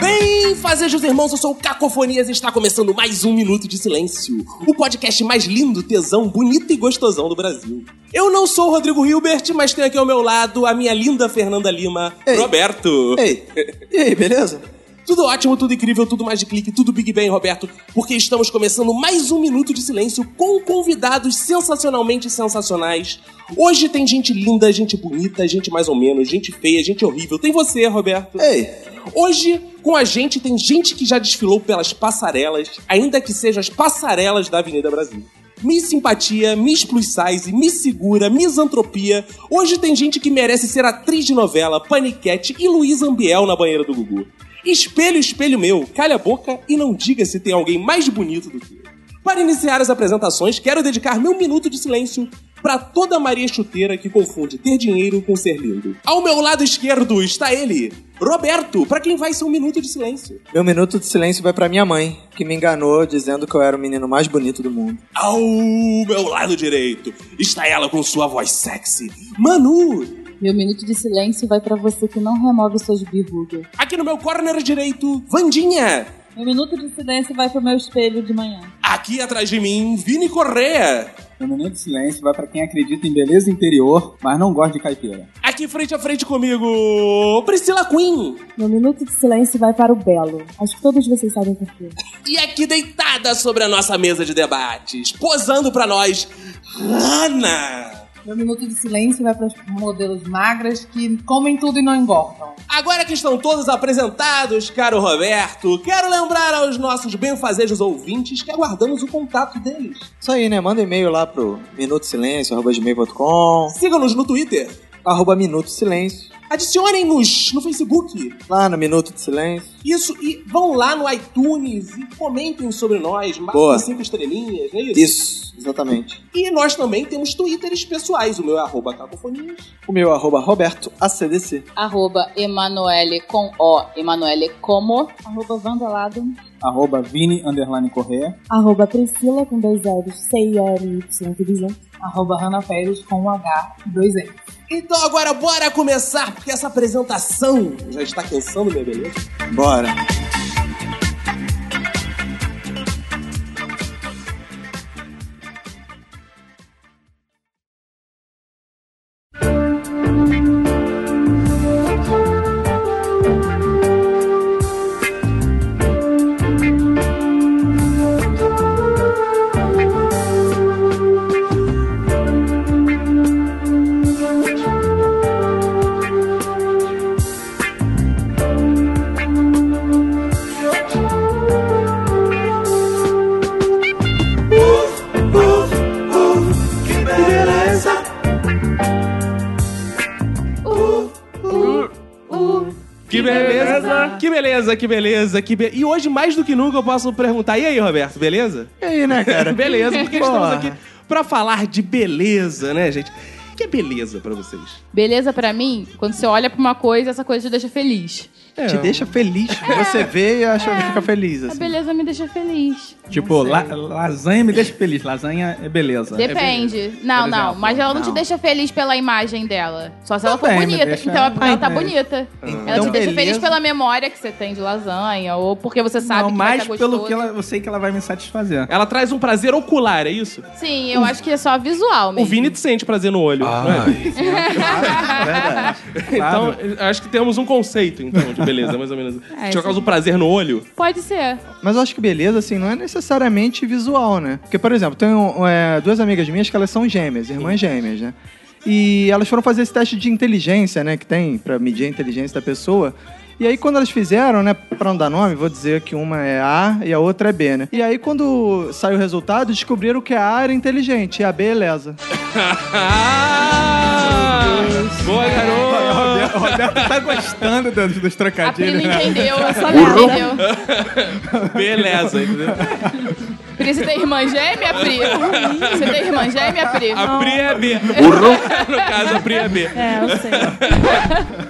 Bem, fazejos irmãos, eu sou o Cacofonias e está começando mais um Minuto de Silêncio, o podcast mais lindo, tesão, bonito e gostosão do Brasil. Eu não sou o Rodrigo Hilbert, mas tenho aqui ao meu lado a minha linda Fernanda Lima, Ei. Roberto. Ei, e aí, beleza? Tudo ótimo, tudo incrível, tudo mais de clique, tudo Big Bang, Roberto, porque estamos começando mais um Minuto de Silêncio com convidados sensacionalmente sensacionais. Hoje tem gente linda, gente bonita, gente mais ou menos, gente feia, gente horrível. Tem você, Roberto. Ei, Hoje, com a gente, tem gente que já desfilou pelas passarelas, ainda que sejam as passarelas da Avenida Brasil. Miss Simpatia, Miss Plus Size, Miss Segura, Misantropia. Hoje tem gente que merece ser atriz de novela, Paniquete e Luiz Ambiel na banheira do Gugu. Espelho, espelho meu, calha a boca e não diga se tem alguém mais bonito do que eu. Para iniciar as apresentações, quero dedicar meu minuto de silêncio para toda Maria Chuteira que confunde ter dinheiro com ser lindo. Ao meu lado esquerdo está ele, Roberto, para quem vai ser um minuto de silêncio. meu minuto de silêncio vai pra minha mãe, que me enganou dizendo que eu era o menino mais bonito do mundo. Ao meu lado direito está ela com sua voz sexy, Manu. Meu minuto de silêncio vai pra você que não remove suas birrugas. Aqui no meu corner direito, Vandinha. Meu minuto de silêncio vai pro meu espelho de manhã. Aqui atrás de mim, Vini Correa. Um minuto de silêncio vai pra quem acredita em beleza interior, mas não gosta de caipira. Aqui frente a frente comigo, Priscila Queen. Meu minuto de silêncio vai para o belo. Acho que todos vocês sabem por quê. E aqui deitada sobre a nossa mesa de debates, posando pra nós, Rana. Meu minuto de silêncio vai para os modelos magras que comem tudo e não engordam. Agora que estão todos apresentados, caro Roberto, quero lembrar aos nossos benfazejos ouvintes que aguardamos o contato deles. Isso aí, né? Manda e-mail lá pro minutosilêncio.com, Sigam-nos no Twitter, arroba Minuto de Silêncio, adicionem-nos no Facebook, lá no Minuto de Silêncio. isso, e vão lá no iTunes e comentem sobre nós, marquem Boa. cinco estrelinhas, não é isso? Isso, exatamente. E nós também temos Twitters pessoais, o meu é arroba cacofonias. O meu arroba Roberto ACDC. Arroba Emanuele com O, Emanuele como. Arroba Vandalado. Arroba Vini Underline Correa. Arroba Priscila com dois L's, C-I-R-Y, tudo junto. Arroba Hannah Pérez com um H e dois L. Então agora bora começar, porque essa apresentação já está cansando, minha beleza. Bora. Que beleza, que beleza, que beleza, que be... E hoje, mais do que nunca, eu posso perguntar, e aí, Roberto, beleza? E aí, né, cara? Beleza, porque Porra. estamos aqui pra falar de beleza, né, gente? O que é beleza pra vocês? Beleza pra mim, quando você olha pra uma coisa, essa coisa te deixa feliz. É. É, Te deixa feliz. Você vê e acha, fica feliz, A assim. beleza me deixa feliz. Tipo, la- lasanha me deixa feliz. Lasanha é beleza. Depende. não, Por não. exemplo, Mas ela não, te não. deixa feliz pela imagem dela. Só se ela for Também, me bonita. deixa- né? Então é porque ela tá Ai, mas- bonita. ela Então, te deixa feliz beleza. pela memória que você tem de lasanha, ou porque você sabe não, que vai mais estar gostoso. pelo que ela, eu sei que ela vai me satisfazer. Ela traz um prazer ocular, é isso? Sim, eu acho que é só visual O mesmo. Vini sente prazer no olho. não é? Verdade. Então, eu acho que temos um conceito, então, de beleza, mais ou menos. É, Te sim. um causa o prazer no olho? Pode ser. Mas eu acho que beleza, assim, não é necessariamente visual, né? Porque, por exemplo, tenho é, duas amigas minhas que elas são gêmeas, irmãs gêmeas, né? E elas foram fazer esse teste de inteligência, né? Que tem pra medir a inteligência da pessoa. E aí, quando elas fizeram, né? Pra não dar nome, vou dizer que uma é A e a outra é B, né? E aí, quando saiu o resultado, descobriram que a A era inteligente e a B é lesa. Ah! Boa, garoto! O Roberto tá gostando dos, dos A Pri trocadilhos. né? não entendeu, a Sonia não Burro. entendeu. Beleza, entendeu? Pri, você tem irmã gêmea, Pri? Você tem irmã gêmea, Pri? A Pri é B. no caso, a Pri é B. É, eu sei.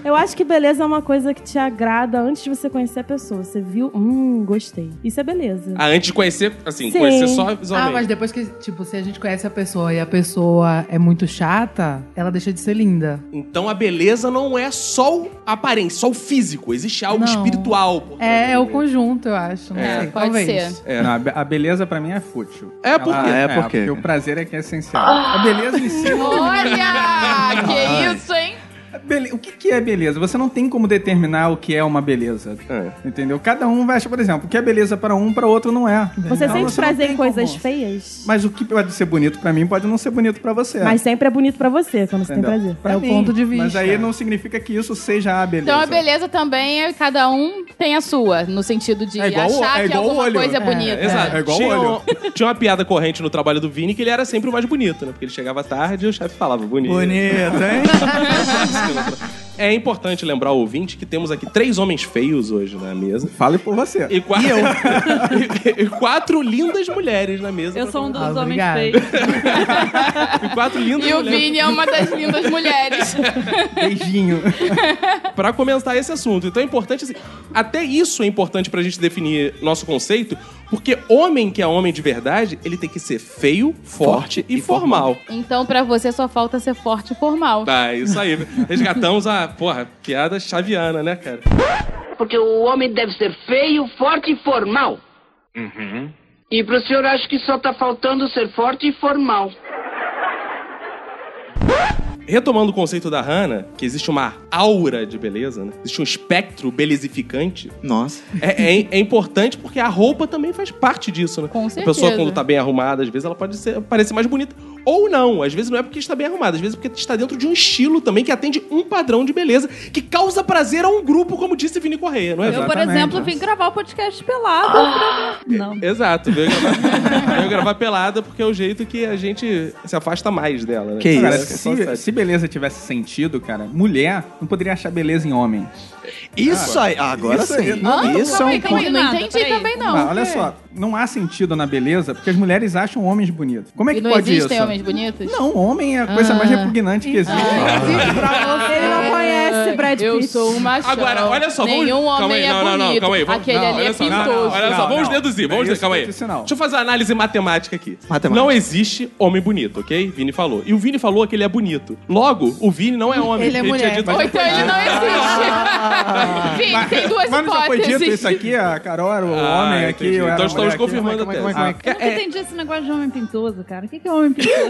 eu acho que beleza é uma coisa que te agrada antes de você conhecer a pessoa. Você viu? Hum, gostei. Isso é beleza. Ah, antes de conhecer, assim, Sim. conhecer só Ah, visualmente. mas depois que, tipo, se a gente conhece a pessoa e a pessoa é muito chata, ela deixa de ser linda. Então a beleza não é só o aparência, só o físico. Existe algo Não. espiritual. por trás É, é o também. conjunto, eu acho. Não É, sei, pode talvez. ser. Não, a be- a beleza pra mim é fútil. É por Ela- quê? é, por quê? Ah, porque o prazer é que é essencial. A beleza em si. Olha! Ah, Que isso, hein? a bele- O que, que é beleza? Você não tem como determinar o que é uma beleza. Entendeu? Cada um vai achar, por exemplo, o que é beleza pra um, pra outro não é. Você Então, sempre não prazer tem em coisas como. feias? Mas o que pode ser bonito pra mim pode não ser bonito pra você. Mas sempre é bonito pra você quando você tem Entendeu? prazer. Pra É o mim. ponto de Mas vista. aí não significa que isso seja a beleza. Então a beleza também é cada um tem a sua, no sentido de É igual o- achar é que igual o alguma olho. coisa é É, bonita. Exato. É igual tinha, olho. um- tinha uma piada corrente no trabalho do Vini que ele era sempre o mais bonito, né? Porque ele chegava tarde e o chefe falava bonito. Bonito, hein? É importante lembrar ao ouvinte que temos aqui três homens feios hoje na mesa. Fale por você. E quatro, e, e quatro lindas mulheres na mesa. Eu pra sou um dos Ah, homens obrigado. feios. E quatro lindas E o mulheres. Vini é uma das lindas mulheres. Beijinho. Pra comentar esse assunto. Então é importante, assim, até isso é importante pra gente definir nosso conceito, porque homem que é homem de verdade, ele tem que ser feio, forte, e, formal. Então pra você só falta ser forte e formal. Tá, isso aí. Resgatamos a, porra, piada chaviana, né, cara? Porque o homem deve ser feio, forte e formal. E pro senhor acho que só tá faltando ser forte e formal. Retomando o conceito da Hannah, que existe uma aura de beleza, né? Existe um espectro belezificante. Nossa. É, é- é importante porque a roupa também faz parte disso, né? Com A certeza. pessoa, quando tá bem arrumada, às vezes ela pode ser- parecer mais bonita. Ou não, às vezes não é porque está bem arrumada, às vezes porque está dentro de um estilo também que atende um padrão de beleza, que causa prazer a um grupo, como disse Vini Correia, não é? Eu, por Exatamente. exemplo, vim gravar o podcast pelado. Ah, pra- Não. Exato, veio gravar, veio gravar pelada porque é o jeito que a gente se afasta mais dela, né? Que Cara, isso. se, se beleza tivesse sentido, cara, mulher não poderia achar beleza em homem. Isso aí. Agora Isso aí. sim. Hã? isso é Calma aí, um calma aí, ponto. Então, Não Nada, entendi peraí. também, não. é. Ah, olha só, não há sentido na beleza porque as mulheres acham homens bonitos. Como é que E não pode existem isso? homens bonitos? Ah. Então, Não, homem é a coisa mais repugnante que existe. É, Ele não conhece Brad Pitt. É, Eu um sou uma machão. Agora, olha só, vamos... Nenhum homem calma aí, é não, não, bonito. não, calma aí. Vamos... Aquele não, ali é olha só, não, não, pintoso. olha só, Não, vamos não. deduzir, vamos É deduzir, isso, calma aí. é isso, não. Deixa eu fazer uma análise matemática aqui. Matemática. Não existe homem bonito, ok? Vini falou. E o Vini falou que ele é bonito. Logo, o Vini não é homem. Ele é porque tinha mulher. dito- Ou então ele não existe. Vini, tem duas Mas não já foi dito hipóteses. isso aqui? A Carol era o Ah, homem aqui, entendi. eu era Então estamos mulher aqui. confirmando Ah, a Como é, tese. como é, como é, Eu nunca entendi esse negócio de homem pintoso, cara. O que que é homem pintoso?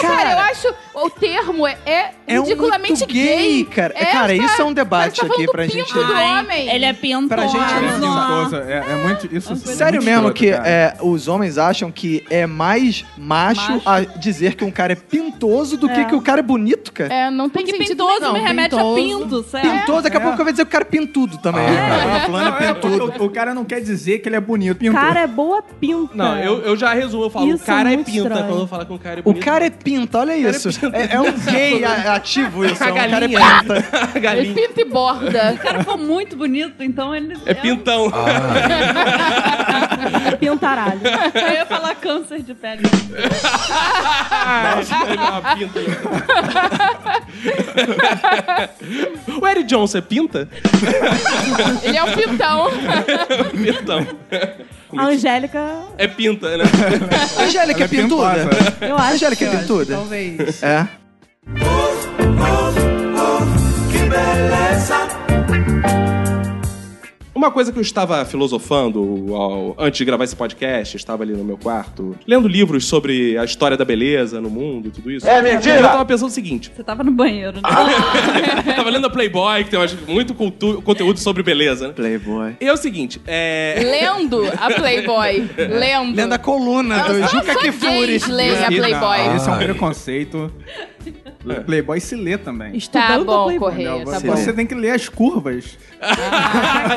Cara, eu acho o termo é, é É um ridiculamente muito gay, cara. É, Cara, isso é um Mas debate tá aqui falando pra do gente. pinto do homem. Ele é pintoso. Pra gente, Ele é né? pintoso, É, é muito isso. é Sério muito mesmo escroto, que cara. é, os homens acham que é mais macho, Macho. a dizer que um cara é pintoso do que que o cara é bonito, cara. É, não tem Porque sentido pintoso não. me remete a Pintoso. pinto, certo? Pintoso, daqui a É. pouco eu vou dizer que o cara é pintudo também. Tá Não, falando é, é pintudo. porque o, o cara não quer dizer que ele é bonito. O Pinto. cara é boa pinta. Não, eu, eu já resumo. Eu falo, Isso o é cara é muito pinta estranho. quando eu falar com o cara é O bonito. cara é pinta, olha isso. É, é um gay a- ativo isso. A É um cara é galinha. pinta. A Ele galinha. pinta e borda. O cara ficou muito bonito, então ele. É pintão. Ah. Pintaralho. Eu ia falar câncer de pele. Ah, ele é uma pinta. o Eric Johnson é pinta? Ele é um pintão. Pintão. A Angélica, É pinta, né? Angélica é pintuda? eu acho. Angélica que é pintuda? Talvez. É. Uma coisa que eu estava filosofando ao- antes de gravar esse podcast, estava ali no meu quarto, lendo livros sobre a história da beleza no mundo e tudo isso. É mentira! Eu tava pensando o seguinte: Você tava no banheiro, né? eu tava lendo a Playboy, que tem eu acho, muito cultu- conteúdo sobre beleza, né? Playboy. E é o seguinte, é. Lendo a Playboy. Lendo. Lendo a coluna do Juca Só é né? Kifuri. gays leem a Playboy. Esse é um preconceito. Playboy se lê também. Tá bom, Correia, Entendeu? tá você, bom. tem que ler as curvas.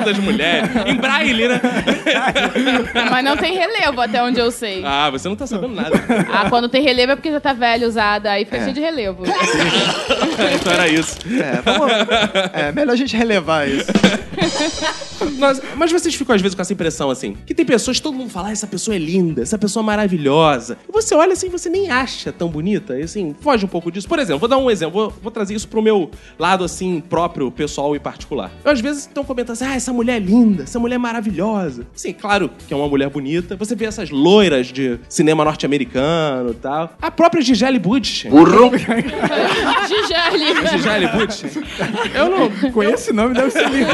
das mulheres. Em braille, né? Mas não tem relevo, até onde eu sei. Ah, você não tá sabendo nada. Ah, quando tem relevo é porque já tá velha, usada, aí fica É. cheio de relevo. então era isso. É, vamos... é melhor a gente relevar isso. Nós- mas vocês ficam às vezes com essa impressão assim, que tem pessoas, todo mundo fala, "Ah, essa pessoa é linda, essa pessoa é maravilhosa. E você olha assim, você nem acha tão bonita, e assim, foge um pouco disso. Por exemplo, vou dar um exemplo, vou, vou trazer isso pro meu lado assim, próprio, pessoal e particular. Eu, às vezes estão comentando assim, ah, essa mulher é linda, essa mulher é maravilhosa. Sim, claro que é uma mulher bonita. Você vê essas loiras de cinema norte-americano e tal. A própria Gisele Bündchen. Burro! Gisele. Gisele Bündchen. Eu não. Com esse nome deve ser linda.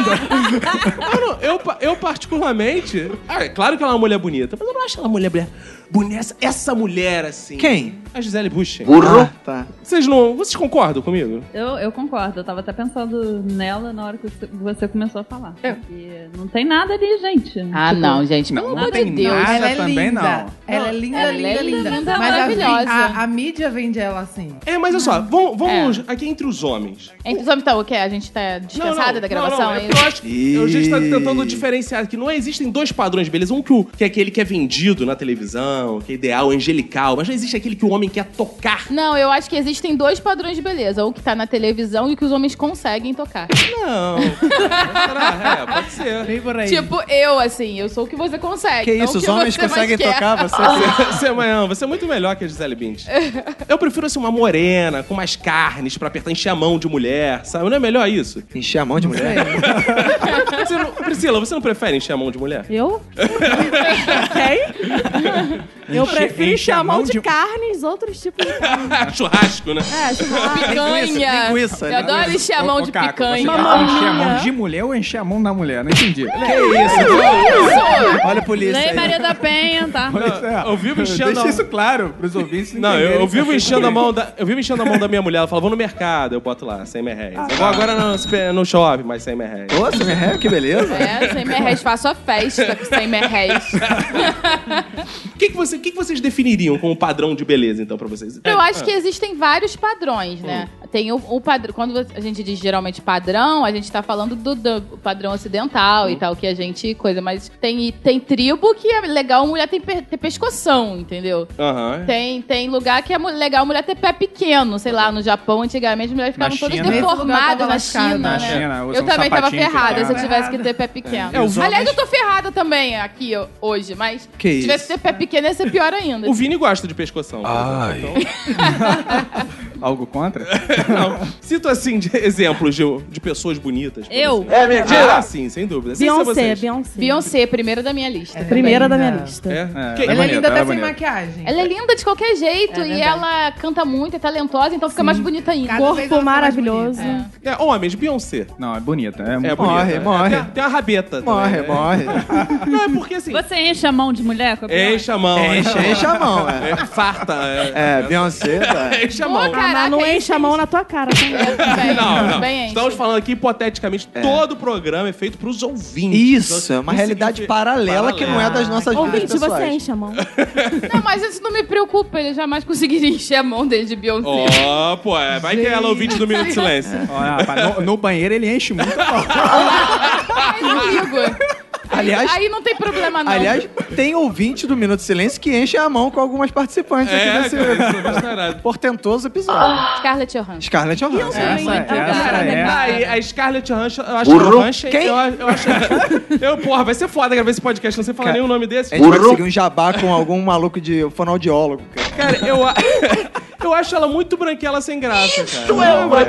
Eu, não- eu, pa- eu particularmente. Ah, é claro que ela é uma mulher bonita, mas eu não acho ela uma mulher bonita. Bonita, essa- essa mulher assim. Quem? A Gisele Bündchen. Burro. tá. Vocês não. Vocês concordam comigo? Eu, eu concordo, eu tava até pensando nela na hora que você- você começou a falar. Porque não tem nada ali, gente. Tipo, Ah, Tipo, não, gente. Pelo amor de Deus. Ela é linda. Ela é linda, Ela é linda, linda, linda. Mas a vi- maravilhosa. A, a mídia vende ela assim. É, mas olha só, vamos, vamos É. aqui entre os homens. Entre os homens tá o quê? A gente tá dispensada da gravação? Não, não, é é porque eu isso? acho que a gente tá tentando diferenciar que não existem dois padrões de beleza. Um que, o- que é aquele que é vendido na televisão, que é ideal, angelical, mas não existe aquele que o homem quer tocar. Não, eu acho que existem dois padrões de beleza. O que tá na televisão e o que os homens conseguem tocar. Não. É, pode ser. Vem por aí. Tipo, eu, assim, eu sou o que você consegue. Que não isso, o os homens você mais conseguem quer. tocar você? Você, você, é maior, você é muito melhor que a Gisele Bündchen. Eu prefiro assim, uma morena, com mais carnes, pra apertar, encher a mão de mulher, sabe? Não é melhor isso? Encher a mão de mulher? Você não- Priscila, você não prefere encher a mão de mulher? Eu? Quem? Eu Enche- prefiro enche a chamar um mão de, de- um- carnes, outros tipos de carne. Churrasco, né? É, churrasco. Picanha. Linguiça, eu adoro linguiça. encher a mão Ô, de Caco, picanha. Você quer encher a mão de mulher ou encher a mão da mulher? Não entendi. Olha a polícia Lei aí. Maria da Penha, tá? Não, eu vivo enchendo Deixa a- isso claro pros ouvintes é. Não, eu, eu entenderem vivo isso. enchendo a mão da. Eu vivo enchendo a mão da minha mulher. Ela fala, vou no mercado, eu boto lá, 100 mil reais. Eu vou agora no, super- no shopping, mas 100 mil reais. Ô, 100 mil reais, que beleza. É, sem merréis, faço a festa com sem merréis. O que, que, você- o que que vocês definiriam como padrão de beleza, então, pra vocês? Eu É, acho que ah. existem vários padrões, né? Tem o, o padrão. Quando a gente diz geralmente padrão, a gente tá falando do, do padrão ocidental e tal, que a gente coisa. Mas tem, tem tribo que é legal mulher tem, pe- ter pescoção, entendeu? Aham. Tem, tem lugar que é mu- legal mulher ter pé pequeno. Sei lá, no Japão, antigamente, as mulheres ficavam Na todas China. Nesse lugar tava deformadas na lascado, China. Na né? China, usa eu um também tava sapatinho ferrada se eu pequeno. tivesse que ter pé pequeno. É, os Aliás, eu tô ferrada também aqui ó, hoje, mas Que se tivesse isso. que ter pé pequeno ia ser pior ainda. O Vini gosta de pescoção. Ai. Então, Algo contra? Não. Cito assim de exemplos de, de pessoas bonitas. Eu? Ah, É mentira! sim, sem dúvida. Sem ser Beyoncé, vocês. Beyoncé. Beyoncé, primeira da minha lista. Primeira da minha lista. É? Que- é Ela é linda até sem bonita. maquiagem. Ela é linda de qualquer jeito É e verdade. ela canta muito, é talentosa, então fica mais bonita ainda. Cada vez ela fica mais É. É, homens, Beyoncé. Não, é bonita. É, É bonita. morre, É, morre. Tem, tem uma rabeta. Morre, também, né? morre. Não, é porque assim. Você enche a mão de mulher? com a piroca? Enche a mão. Enche- enche a mão, é. farta. É, Beyoncé, tá? Enche a mão. Ah, mas não enche a mão na tua cara. também. Não, Então- não. Também enche. Estamos falando aqui hipoteticamente, todo o programa é feito pros ouvintes. Isso, é uma Isso realidade paralela que não é das nossas vidas Ouvinte, você pessoais. enche a mão. Não, mas isso não me preocupa, ele jamais conseguiria encher a mão dele de Beyoncé. Ó, pô, é, vai que ela é ouvinte do Minuto de Silêncio. Olha, rapaz, no, no banheiro ele enche muito a mão. Aí não ligo. Aliás- aí não tem problema não. Aliás, tem ouvinte do Minuto de Silêncio que enche a mão com algumas participantes É, aqui desse cara, isso é bastante. portentoso episódio. Scarlett Johansson. Scarlett Johansson. Então, né, Ah, e a Scarlett Johansson, eu acho Burro. Johansson, Quem? Eu, eu acho. Eu, porra, vai ser foda gravar esse podcast, não sei falar Cara, nenhum nome desse. A gente vai conseguir um jabá com algum maluco de fonoaudiólogo. cara. Cara, eu, a- eu acho ela muito branquela sem graça, cara. Isso é uma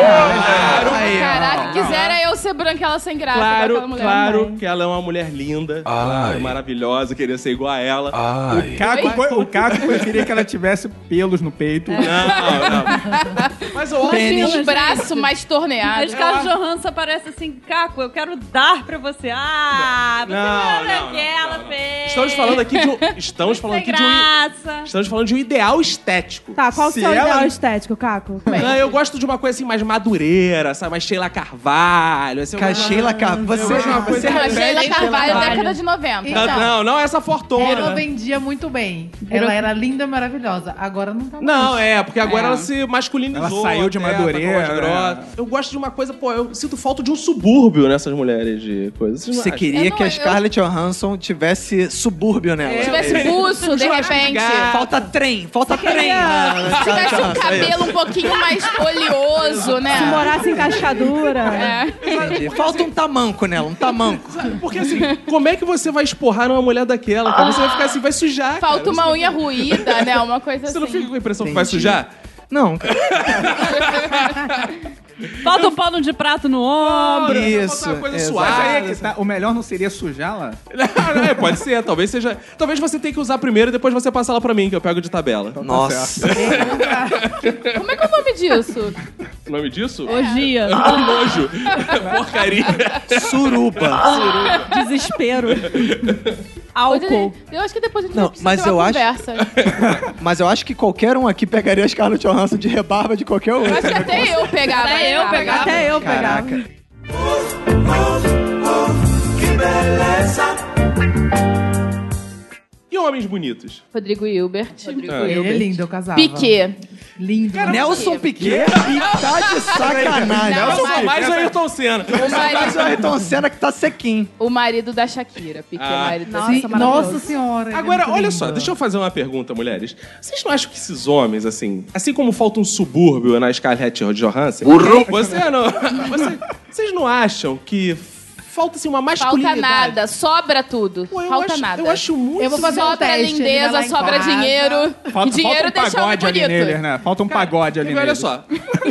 Claro, Caraca, quisera eu ser branca ela sem graça. igual aquela Claro, mulher. claro que ela é uma mulher linda, é claro, maravilhosa, queria ser igual a ela. O Caco, o Caco preferia que ela tivesse pelos no peito. É. Não, não. Mas eu Assim, acho um braço mais torneado. Mas Carlos Johansson aparece assim, Caco, eu quero dar pra você. Ah, você Não, não, não, que ela fez. Estamos falando aqui de um. Estamos falando Sem aqui de um. é graça. Estamos falando de um ideal estético. Ah, Tá, qual que é o seu ela- é ideal estético, Caco? Não, eu gosto de uma coisa assim mais madureira, sabe? Mais Sheila Carvalho. Carvalho. Essa é uma- Ca- Sheila Carvalho. Você- Eu acho uma coisa é que você repete repete- Sheila Carvalho, Carvalho. década de 90. Não, não, não essa fortuna. Ela vendia muito bem. Virou- Ela era linda e maravilhosa. Agora não tá mais. Não, é, porque agora ela se masculinizou. Ela saiu de até, tá com voz Madureira, grossa. né? Eu gosto de uma coisa, pô, eu sinto falta de um subúrbio nessas mulheres de coisas. Vocês não Você acham? queria que a Scarlett Johansson tivesse subúrbio nela. É, Tivesse é. buço, de repente. Falta trem, falta trem. Queria- na Se tivesse um Scarlett Johansson, é isso. cabelo um pouquinho mais oleoso, né? Se morasse em Cascadura. É. Entendi. Falta um tamanco nela, um tamanco. Porque assim, como é que você vai esporrar numa mulher daquela? cara? Você vai ficar assim, vai sujar. Falta cara. uma Você- unha ruída, né? Uma coisa Você não assim. fica com a impressão que vai sujar? Não, Falta um pano de prato no ombro. Falta uma coisa suave. Aí é que tá, O melhor não seria sujá-la? é, pode ser, talvez seja. Talvez você tenha que usar primeiro e depois você passa lá pra mim, que eu pego de tabela. tá, Nossa. Como é que é o nome disso? o nome disso? Ogia. Ah, Nojo. Porcaria. Suruba. Desespero. Hoje a Álcool. gente- Eu acho que depois a gente Não, vai precisar mas ter eu uma acho- conversa. Mas eu acho que qualquer um aqui pegaria a Scarlett Johansson de rebarba de qualquer outro. Eu acho que até eu pegava. Até eu pegava. Até eu Caraca. E homens bonitos? Rodrigo Hilbert. Rodrigo Ele é Hilbert. lindo, eu casava. Piquet. Lindo. Nelson Piquet e tá de sacanagem. Não, Nelson mas- Piquet. Mais o Ayrton Senna. O Mas o marido, Ayrton Senna que tá sequinho. o marido da Shakira. Piquet é Ah. o marido da Nossa, Shakira. Nossa senhora. ele é Agora, muito olha lindo. só, deixa eu fazer uma pergunta, mulheres. Vocês não acham que esses homens, assim, assim como falta um subúrbio na Scarlett Johansson, Burro. você não, você- vocês não acham que falta assim uma Falta masculinidade? nada, sobra tudo. Falta acho- nada. eu acho muito- Eu vou fazer um sobra teste, ele vai lá lindeza, em sobra casa. dinheiro. Falta, e dinheiro falta um deixa homem pagode ali bonito. neles, né? Falta um pagode ali E olha neles. só,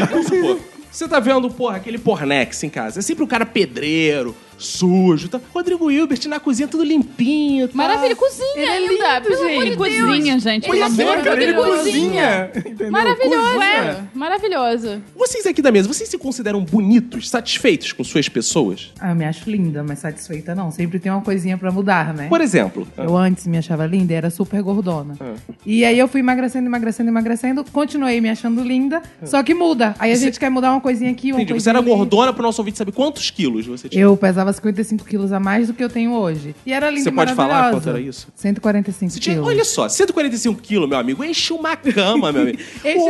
vamos supor, você tá vendo, porra, aquele pornex em casa. É sempre o cara pedreiro, sujo, tá? Rodrigo Hilbert na cozinha, tudo limpinho. Tá? Maravilha, cozinha Ele é ainda. lindo, pelo amor gente. de Cozinha, Deus. gente. Ele Pelo é amor de lindo, Deus. ele cozinha. Entendeu? Maravilhoso. é. Cozinha. Maravilhoso. Vocês aqui da mesa, vocês se consideram bonitos, satisfeitos com suas pessoas? Ah, eu me acho linda, mas satisfeita não. Sempre tem uma coisinha pra mudar, né? Por exemplo. Ah. Eu antes me achava linda, era super gordona. E aí eu fui emagrecendo, emagrecendo, emagrecendo, continuei me achando linda, só que muda. Aí a Ah. Você- gente quer mudar uma coisinha aqui, uma Entendi. Você coisinha era ali. gordona pro nosso ouvinte saber quantos quilos você tinha. Eu pesava 55 quilos a mais do que eu tenho hoje. E era linda Você e pode falar maravilhosa. quanto era isso? 145 Tinha- quilos. olha só, 145 quilos, meu amigo, enche uma cama, meu amigo.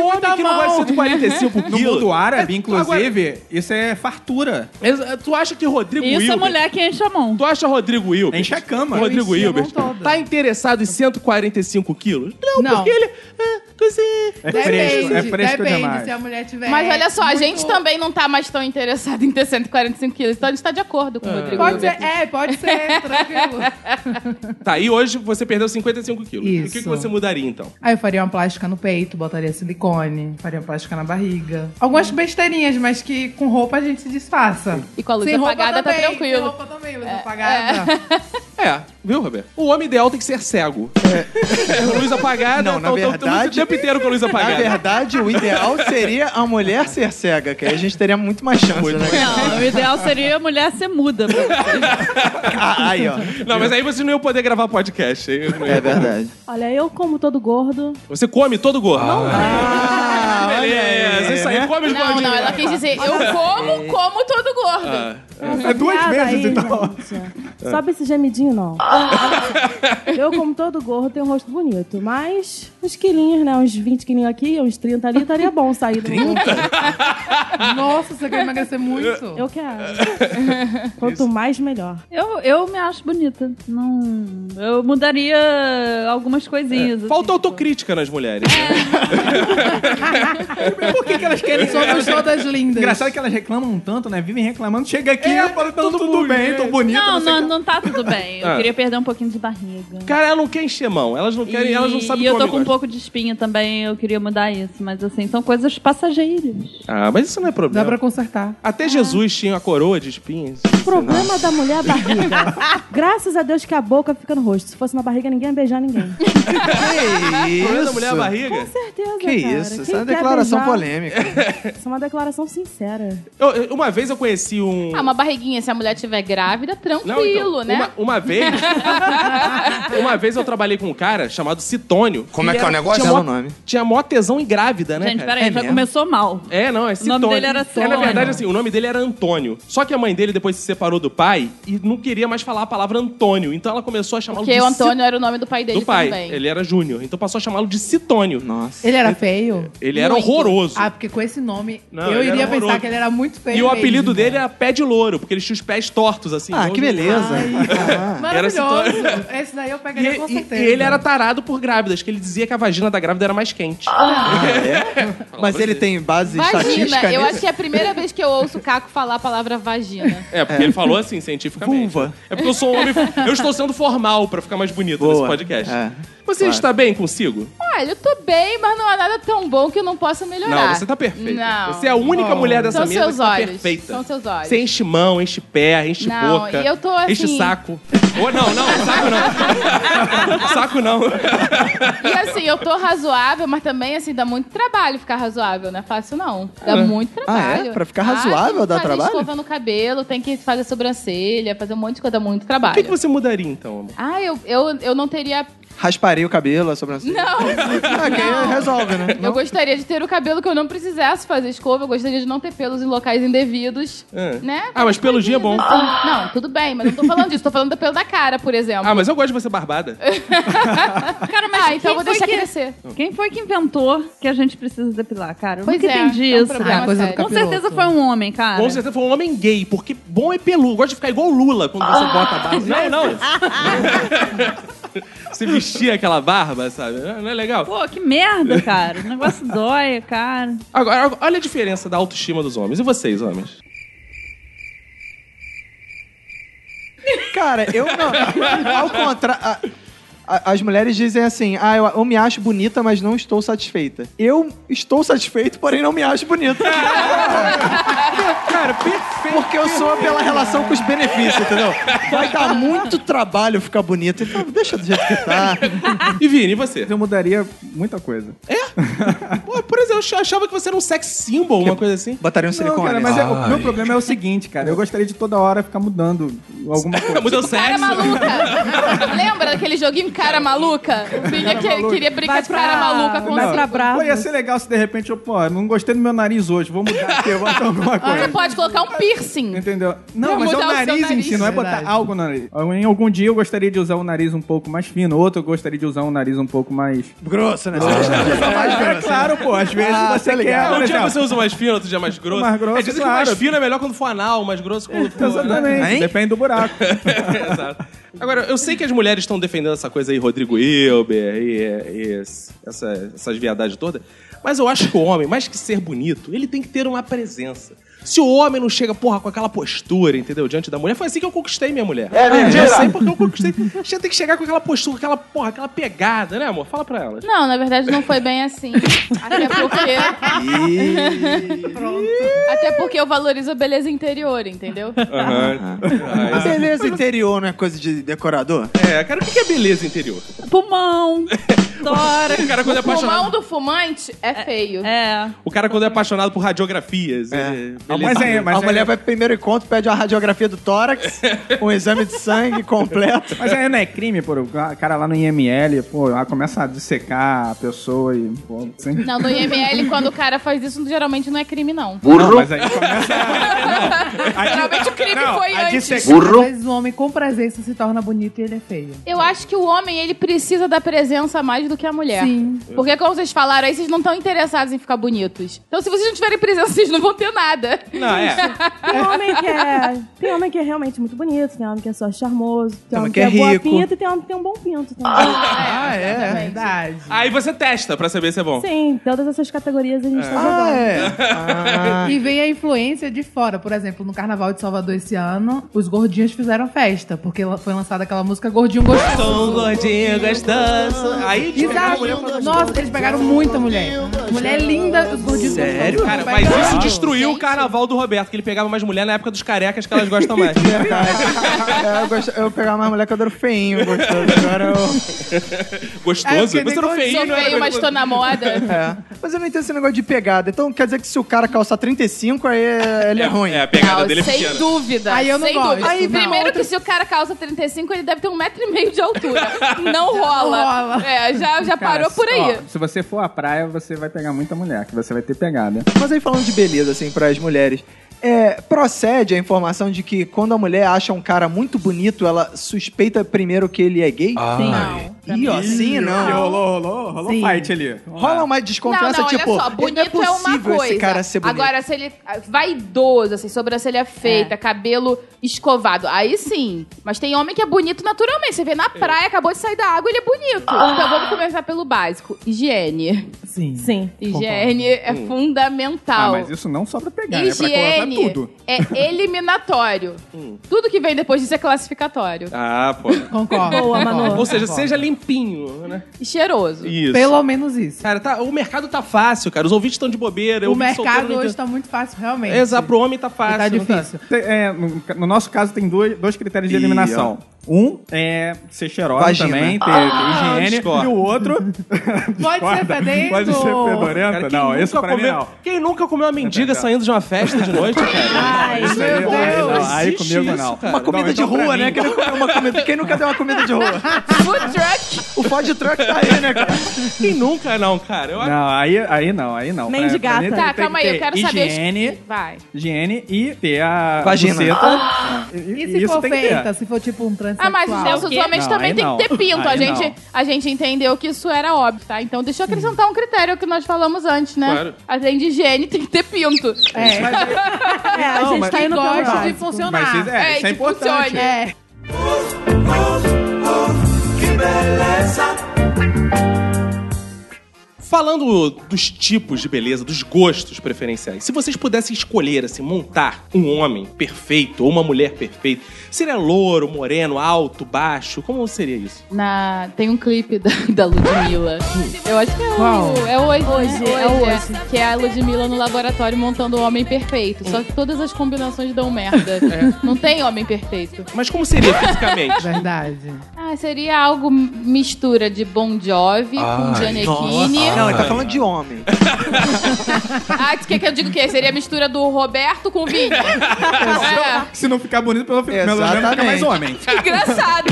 o Enche homem muita que não mão. vai 145 No quilos. mundo árabe, É, inclusive, isso é fartura. Exa- Tu acha que Rodrigo Isso é Hilbert- mulher que enche a mão. Tu acha Rodrigo Hilbert? é Enche a cama. Rodrigo enchi a mão Hilbert. toda. Tá interessado em 145 quilos? Não, Não. porque ele. Ah, você- É Depende, fresco, é fresco depende demais. se a mulher tiver. Mas olha só, a É, muito- gente também não tá mais tão interessado em ter 145 quilos, então a gente tá de acordo com o Rodrigo. Pode Hilbert. ser, é, pode ser, tranquilo. Tá, e hoje você perdeu 55 quilos. E O que, Isso. que você mudaria então? Aí eu faria uma plástica no peito, botaria silicone, faria uma plástica na barriga. Algumas besteirinhas, mas que com roupa a gente se disfarça. E com a luz Sem roupa apagada tá também, Sem tranquilo. roupa também, luz apagada. É, viu, Roberto? O homem ideal tem que ser cego. É. luz apagada, Não, na tão- tão- tão verdade- o tempo inteiro com a luz Na apagada. verdade, o ideal seria a mulher ser cega, que aí a gente teria muito mais chance, né? Não, Então, o ideal seria a mulher ser muda. né? Ah, aí, ó. Não, mas aí você não ia poder gravar podcast. hein? É verdade. Olha, eu como todo gordo. Você come todo gordo. é, Ah, Beleza, isso né? aí, come os Não, gordinhos. não, ela quis dizer, eu como, como todo gordo. Ah, É duas vezes, então. Sobe esse gemidinho, não. Ah. Eu, como todo gordo, tenho um rosto bonito. Mas uns quilinhos, né? Uns 20 quilinhos aqui, uns 30 ali, estaria bom sair do mundo. Nossa, você quer emagrecer muito? Eu quero. Quanto mais, melhor. Eu, eu me acho bonita. Não, eu mudaria algumas coisinhas. É, Falta assim, tipo, É. autocrítica nas mulheres. né? Por que, que elas querem... Somos todas lindas. Engraçado que elas reclamam um tanto, né? Vivem reclamando. Chega aqui, É, é, fala, tudo tudo, tudo bem, tô bonita. Não, sei o não, que. não tá tudo bem. Eu é. Ah. queria perder um pouquinho de barriga. Cara, ela não quer encher mão. Elas não querem, e, elas não sabem e eu como tô com um pouco de espinha também, eu queria mudar isso, mas assim, são coisas passageiras. Ah, mas isso não é Dá problema. pra consertar. Até Jesus tinha a coroa de espinhas. O problema da mulher é a barriga. Graças a Deus que a boca fica no rosto. Se fosse na barriga, ninguém ia beijar ninguém. Que O problema da isso? mulher é a barriga? certeza, Que cara. isso, Quem essa é uma quer declaração beijar- polêmica. Isso é uma declaração sincera. Eu- eu- uma vez eu conheci um. Ah, uma barriguinha, se a mulher estiver grávida, tranquilo, então, né? Uma, uma vez. uma vez eu trabalhei com um cara chamado Citônio. Como é Ele que é o era- negócio? Tinha mó, Belo nome. tinha mó tesão em grávida, né? Gente, cara? peraí, já começou mal. É, não, é O nome Citônio. dele era É, na Citônio. verdade, assim, o nome dele era Antônio. Só que a mãe dele depois se separou do pai e não queria mais falar a palavra Antônio. Então ela começou a chamá-lo de Porque o Ci- Antônio era o nome do pai dele do pai. também. Ele era Júnior. Então passou a chamá-lo de Citônio. Nossa. Ele era feio? Ele era horroroso. Ah, porque com esse nome, Não, eu ele era iria pensar horroroso. que ele era muito feio. E o mesmo. apelido dele era Pé de Louro, porque ele tinha os pés tortos, assim. né? Ah, que beleza. era Maravilhoso. Citônio. Esse daí eu Ah, pegaria E, com e- e certeza. ele era tarado por grávidas, que ele dizia que a vagina da grávida era mais quente. Mas ele tem base estatística Vagina, eu nisso? acho que é a primeira vez que eu ouço o Caco falar a palavra vagina. É, porque É. ele falou assim, cientificamente. Vulva. É porque eu sou um homem. Eu estou sendo formal pra ficar mais bonito nesse podcast. Você É, claro. está bem consigo? Olha, eu tô bem, mas não há nada tão bom que eu não possa melhorar. Não, você tá perfeita. Não. Você é a única mulher dessa São mesa seus que tá olhos. perfeita. São seus olhos. Você enche mão, enche pé, enche Não, boca. e eu tô assim- Enche saco. Ou não, não, saco não. saco não. E assim, eu tô razoável, mas também, assim, dá muito trabalho ficar razoável. Não é fácil, não. Dá Ah. muito trabalho. Ah, é? Pra ficar razoável tem que dá fazer trabalho? escova no cabelo, tem que fazer sobrancelha, fazer um monte de coisa. Dá muito O que, que trabalho. você mudaria então, amor? Ah, eu, eu, eu não teria... Rasparei o cabelo, a sobrancelha. Não! Ah, que Não. resolve, né? Eu gostaria de ter o cabelo que eu não precisasse fazer escova. Eu gostaria de não ter pelos em locais indevidos. É. Né? Ah, mas pelo dia é bom. Assim, Não, tudo bem, mas eu não tô falando disso. Tô falando do pelo da cara, por exemplo. Ah, mas eu gosto de você barbada. Cara, mas ah, então eu vou Quem foi deixar que- crescer. Quem foi que inventou que a gente precisa depilar, cara? Eu Pois nunca é, entendi é um isso. problema Ah, coisa do sério. Com certeza capiroto. foi um homem, cara. Com certeza foi um homem gay, porque bom é peludo. Gosta de ficar igual o Lula quando você bota a barba. Não, não. você vestia aquela barba, sabe? Não é legal? Pô, que merda, cara. O negócio dói, cara. Agora, olha a diferença da autoestima dos homens. E vocês, homens? Cara, eu não. Ao contrário. a- a- As mulheres dizem assim: ah, eu, eu me acho bonita, mas não estou satisfeita. Eu estou satisfeito, porém não me acho bonita. Cara, perfeito. Porque eu sou pela relação com os benefícios, entendeu? Vai dar muito trabalho ficar bonito, então deixa do jeito que tá. E Vini, e você? Eu mudaria muita coisa. Pô, por exemplo, eu achava que você era um sex symbol, uma coisa assim. Botaria um Não, silicone. cara, mas é- o meu Ai. problema é o seguinte, cara. Eu gostaria de toda hora ficar mudando alguma coisa. Mudou sexo. Cara maluca. Lembra daquele joguinho Cara Maluca? O Binha que- queria brigar de Cara Maluca com Não, o pô, ia ser legal se de repente eu, pô, não gostei do meu nariz hoje, vou mudar aqui, eu boto alguma Você coisa. pode colocar um piercing. Entendeu? Não, Pra mas é o mudar o seu nariz, em si, nariz. não é botar Verdade. algo no nariz. Em algum dia eu gostaria de usar um nariz um pouco mais fino, outro eu gostaria de usar um nariz um pouco mais... Grosso, né? É, claro, pô, às vezes Ah, você tá quer... né, ligado. por Um dia exemplo, você usa mais fino, outro dia mais grosso. Mais grosso, é, dizem que claro. É, o mais fino é melhor quando for anal, o mais grosso quando for... Exatamente, Hein? depende do buraco. Exato. Agora, eu sei que as mulheres estão defendendo essa coisa aí, Rodrigo Hilber e, e esse- essa- essas viadagens todas, mas eu acho que o homem, mais que ser bonito, ele tem que ter uma presença. Se o homem não chega, porra, com aquela postura, entendeu? Diante da mulher, foi assim que eu conquistei minha mulher. É mentira! Eu sei porque eu conquistei. A gente tem que chegar com aquela postura, aquela porra, aquela pegada, né, amor? Fala pra ela. Não, na verdade não foi bem assim. Até porque. Até porque eu valorizo a beleza interior, entendeu? É. A beleza interior não é coisa de decorador? É, cara, o que é beleza interior? Pulmão. Tórax. Cara, quando é O pulmão apaixonado. do fumante é feio. É. O cara, quando é apaixonado por radiografias. É. Ah, Mas beleza. é, mas a mulher vai pro primeiro encontro, pede uma radiografia do tórax, um exame de sangue completo. Mas aí não é crime, pô. O cara lá no IML, pô, lá começa a dissecar a pessoa e. Pô, assim. Não, no IML, quando o cara faz isso, geralmente não é crime, não. Não, mas aí começa. Geralmente o crime foi a antes. dissecar- Às vezes o homem com presença se torna bonito e ele é feio. Eu acho que o homem, ele precisa da presença mais do que a mulher. Sim. Porque como vocês falaram aí, vocês não estão interessados em ficar bonitos. Então se vocês não tiverem presença, vocês não vão ter nada. Não, é. Tem homem que é, tem homem que é realmente muito bonito, tem homem que é só charmoso, tem, homem que é, boa rico. pinta e tem homem que tem um bom pinto também. Ah, é? Verdade. Aí você testa pra saber se é bom. Sim, todas essas categorias a gente tá jogando. Ah. é. E vem a influência de fora. Por exemplo, no Carnaval de Salvador esse ano, os gordinhos fizeram festa, porque la- foi lançada aquela música Gordinho Sou um Gostoso. gordinho gostoso. Aí Exato. Nossa, eles pegaram muita mulher. Mulher linda, os gordinhos Sério? Cara, mas isso destruiu o carnaval do Roberto, que ele pegava mais mulher na época dos carecas que elas gostam mais. É, eu, gosto, eu pegava mais mulher que eu era feio, gostoso. Agora eu. É, Gostoso? Você era Sou feio, não feio, era mas tô na É. moda. Mas eu não entendo esse negócio de pegada. Então quer dizer que se o cara calçar 35, aí ele é, ruim. é, a pegada Não, sem dúvida. Aí eu não sem gosto. dúvida. Aí vem Primeiro outra- que se o cara calça 35, ele deve ter um metro e meio de altura. Não rola. É, já, já Cara, parou por aí. ó, se você for à praia, você vai pegar muita mulher, que você vai ter pegada. Mas aí falando de beleza, assim, para as mulheres. é, procede a informação de que quando a mulher acha um cara muito bonito, ela suspeita primeiro que ele é gay? Ah. Sim. Ah. Não. Ih, ó, assim, sim, não. Ih, Rolou, rolou, rolou Sim. fight ali. Rola uma desconfiança, não, não, tipo, olha só, "Ele bonito não é possível uma coisa. esse cara ser bonito. Agora, se ele ah, vaidoso, assim, sobrancelha É. feita, cabelo escovado, aí sim. Mas tem homem que é bonito naturalmente. Você vê É. na praia, acabou de sair da água, ele é bonito. Ah. Então vamos começar pelo básico. Higiene. um- Sim. Sim. Higiene é Hum. fundamental. Ah, mas isso não só pra pegar, Higiene é pra colocar tudo. Hum. é eliminatório. Tudo que vem depois disso é classificatório. Ah, pô. Concordo. Boa, Manu. Ou seja, Concordo. seja limpinho, né? E cheiroso. Isso. Pelo menos isso. Cara, tá, o mercado tá fácil, cara. Os ouvintes estão de bobeira. O eu ouvi solteiro, mercado não hoje entendo. tá muito fácil, realmente. Exato, pro homem tá fácil. tá não difícil. Tem- é, no, no nosso caso, tem dois, dois critérios de Ih, eliminação. Um é ser cheirosa Vagina. também, ter, Ah, ter higiene. discordo. E o outro... Pode ser fedendo. Pode ser fedorenta? Cara, quem não, nunca esse pra mim comeu- não. Quem nunca comeu uma mendiga saindo de uma festa de noite, cara? Ai, Isso aí, meu não, Deus. não, aí Existe comigo não. cara. Uma comida Não, de é um então pra rua, mim- né? Quem nunca deu uma comida- Quem nunca deu uma comida de rua? Food truck. O Ford Truck tá aí, né, cara? Quem nunca não, cara? Eu acho Não, aí, aí não, aí não. Nem de Pra- pra mim gata. tem- Tá, tem calma que aí, eu ter quero saber. higiene, Vai. Higiene e ter a Vagina. buceta. Ah! E- E e se isso for tem que ter. feita, se for tipo um transexual? Ah, mas os nossos homens Não, também aí tem que ter não. pinto. A Aí gente, não. a gente entendeu que isso era óbvio, tá? Então deixa eu acrescentar um critério que nós falamos antes, né? Claro. Além de higiene, tem que ter pinto. É. Mas- é a Não, gente mas- tá indo pelo gosta de básico. funcionar. Mas isso- é, isso é que importante. funcione. É. Falando dos tipos de beleza, dos gostos preferenciais, se vocês pudessem escolher, assim, montar um homem perfeito ou uma mulher perfeita, seria louro, moreno, alto, baixo? Como seria isso? Na... Tem um clipe da, da Ludmilla. Eu acho que é Qual? o. É hoje. né? Hoje, hoje, é hoje. é. Que é a Ludmilla no laboratório montando o homem perfeito. Só que todas as combinações dão merda. É. Não tem homem perfeito. Mas como seria fisicamente? Verdade. Ah, seria algo mistura de Bon Jovi com Gianecchini. Não, ele tá falando de homem. Ah, tu quer que eu diga o quê? Seria a mistura do Roberto com o Vini? é. Se não ficar bonito, pelo pelo menos fica mais Exatamente. homem. Engraçado.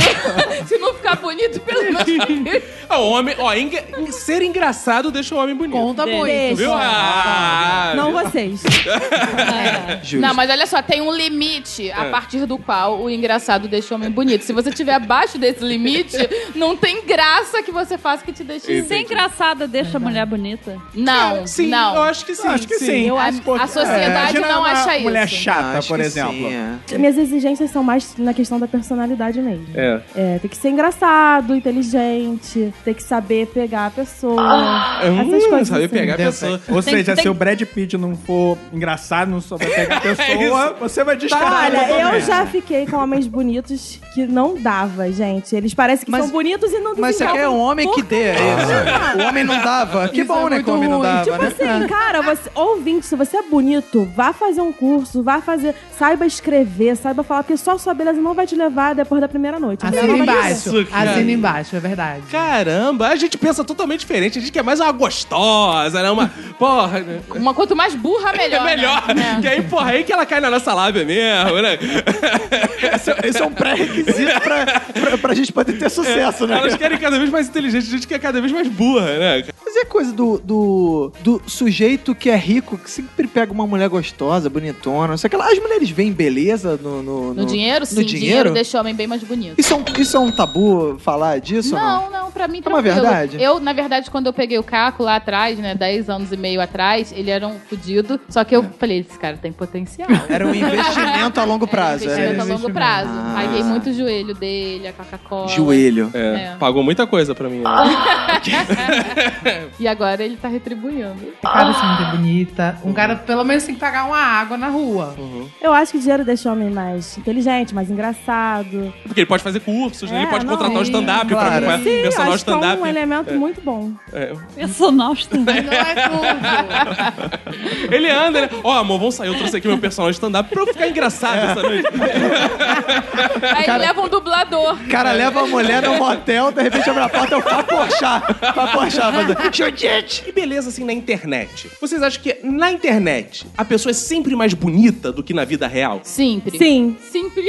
né? Se não ficar bonito, pelo menos... Ah, o homem, ó, enga- ser engraçado deixa o homem bonito. Conta muito. Tu Viu? Deixa. Ah, Não viu? vocês. Justo. Não, mas olha só, tem um limite a É. partir do qual o engraçado deixa o homem bonito. Se você estiver abaixo desse limite, não tem graça que você faça que te deixe Entendi. Ser engraçada deixa a mulher bonita? Não, sim, não. eu acho que sim, Acho que sim. sim. Eu acho- Porque- a sociedade é, não uma acha isso. Mulher chata, Acho por que exemplo. sim, é. Minhas exigências são mais na questão da personalidade mesmo. É. É, tem que ser engraçado, inteligente, tem que saber pegar a pessoa. essas Hum, coisas. saber assim. pegar a pessoa. Ou Tem- seja, tem- se o Brad Pitt não for engraçado, não souber pegar a É pessoa, isso. você vai descartar. Olha, eu já fiquei com homens bonitos que não dava, gente. Eles parecem que Mas- são bonitos e não Mas você desenvolvem quer um homem que dê, é porra isso. nenhuma. O homem não dava. Que Isso bom, é né, que o muito homem não ruim. dava, Tipo né? assim, cara, você, ouvinte, se você é bonito, vá fazer um curso, vá fazer. Saiba escrever, saiba falar, porque só sua beleza não vai te levar depois da primeira noite. né? Assina Não vai te embaixo. Isso, cara. Assina embaixo, é verdade. Caramba, a gente pensa totalmente diferente. A gente quer mais uma gostosa, né? Uma. Porra. né? Uma quanto mais burra, melhor. É melhor. né? Que aí, porra, aí que ela cai na nossa lábia mesmo, né? esse, é um pré-requisito pra, pra, pra gente poder ter sucesso, É, né? Elas querem cada vez mais inteligente, a gente quer cada vez mais burra, né? Mas é coisa do, do, do sujeito que é rico, que sempre pega uma mulher gostosa, bonitona, não sei o que lá. As mulheres veem beleza no... No, No dinheiro, sim. No dinheiro? dinheiro? deixa o homem bem mais bonito. Isso é, um, isso é um tabu falar disso ou Não, não, pra mim É uma tranquilo. verdade? Eu, na verdade, quando eu peguei o Caco lá atrás, né, 10 anos e meio atrás, ele era um fudido, só que eu É. falei, esse cara tem potencial. Era um investimento a longo prazo. é. era. investimento a longo prazo. Ah. Paguei muito o joelho dele, a Coca-Cola. Joelho. É. Pagou muita coisa pra mim. né? E agora ele tá retribuindo. Um cara assim, muito bonita. Um cara, pelo menos, tem que pagar uma água na rua. Eu acho que o dinheiro deixa o homem mais inteligente, mais engraçado. Porque ele pode fazer cursos, né? ele É, pode não, contratar um sim. stand-up Claro. pra Sim, personal acho que é um stand-up. elemento É. muito bom. É. Personal stand-up. é Ele anda, né? Ó, amor, vamos sair. Eu trouxe aqui meu personal stand-up pra eu ficar engraçado essa noite. Aí leva um dublador. O cara leva a mulher no motel, de repente abre a porta, é o Papochá. Papochá, fazendo... Judite! Que beleza, assim, na internet. Vocês acham que na internet a pessoa é sempre mais bonita do que na vida real? Sempre. Sim. Sempre.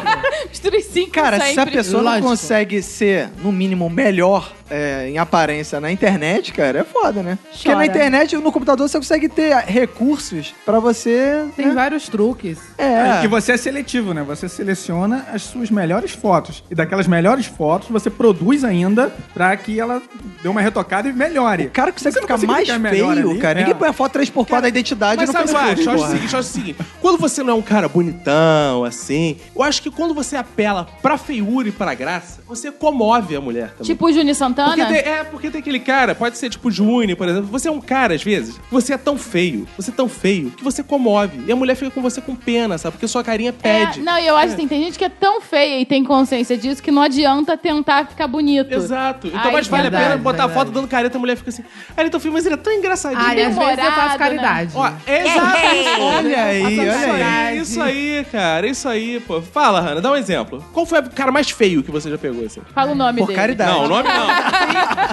Misturei cinco Cara, sempre. se a pessoa não consegue ser, no mínimo, melhor é, em aparência na internet, cara, é foda, né? Porque Chora. na internet, no computador, você consegue ter é, recursos pra você... Tem vários truques. É. Que você é seletivo, né? Você seleciona as suas melhores fotos. E daquelas melhores fotos, você produz ainda pra que ela dê uma retocada e melhore. O cara consegue ficar mais feio, cara. É. É. Ninguém põe a foto 3x4 da identidade Mas no sabe, é? o que eu acho, eu acho o Facebook, porra. seguinte, eu acho o seguinte. Quando você não é um cara bonitão, assim, eu acho que quando você apela pra feiura e pra graça, você comove a mulher também. Tipo o Juni Santana? Porque tem- é, porque tem aquele cara, pode ser tipo o Juni, por exemplo. Você é um cara, às vezes, você é tão feio, você é tão feio, que você comove. E a mulher fica com você com pena, sabe? Porque sua carinha É, pede. não, e eu acho assim, tem gente que é tão feia e tem consciência disso que não adianta tentar ficar bonito. Exato. Então mais vale a pena botar a foto dando careta, a mulher fica assim. Aí ele tá filme, mas ele é tão engraçadinho. Ai, às vezes eu faço Demorado, né? caridade. Ó, exato. isso. Olha aí, Isso olha aí. Isso Ah. aí, cara. Isso aí, pô. Fala, Hanna, dá um exemplo. Qual foi o cara mais feio que você já pegou, assim? Fala o nome Por dele. caridade. Não, o nome não.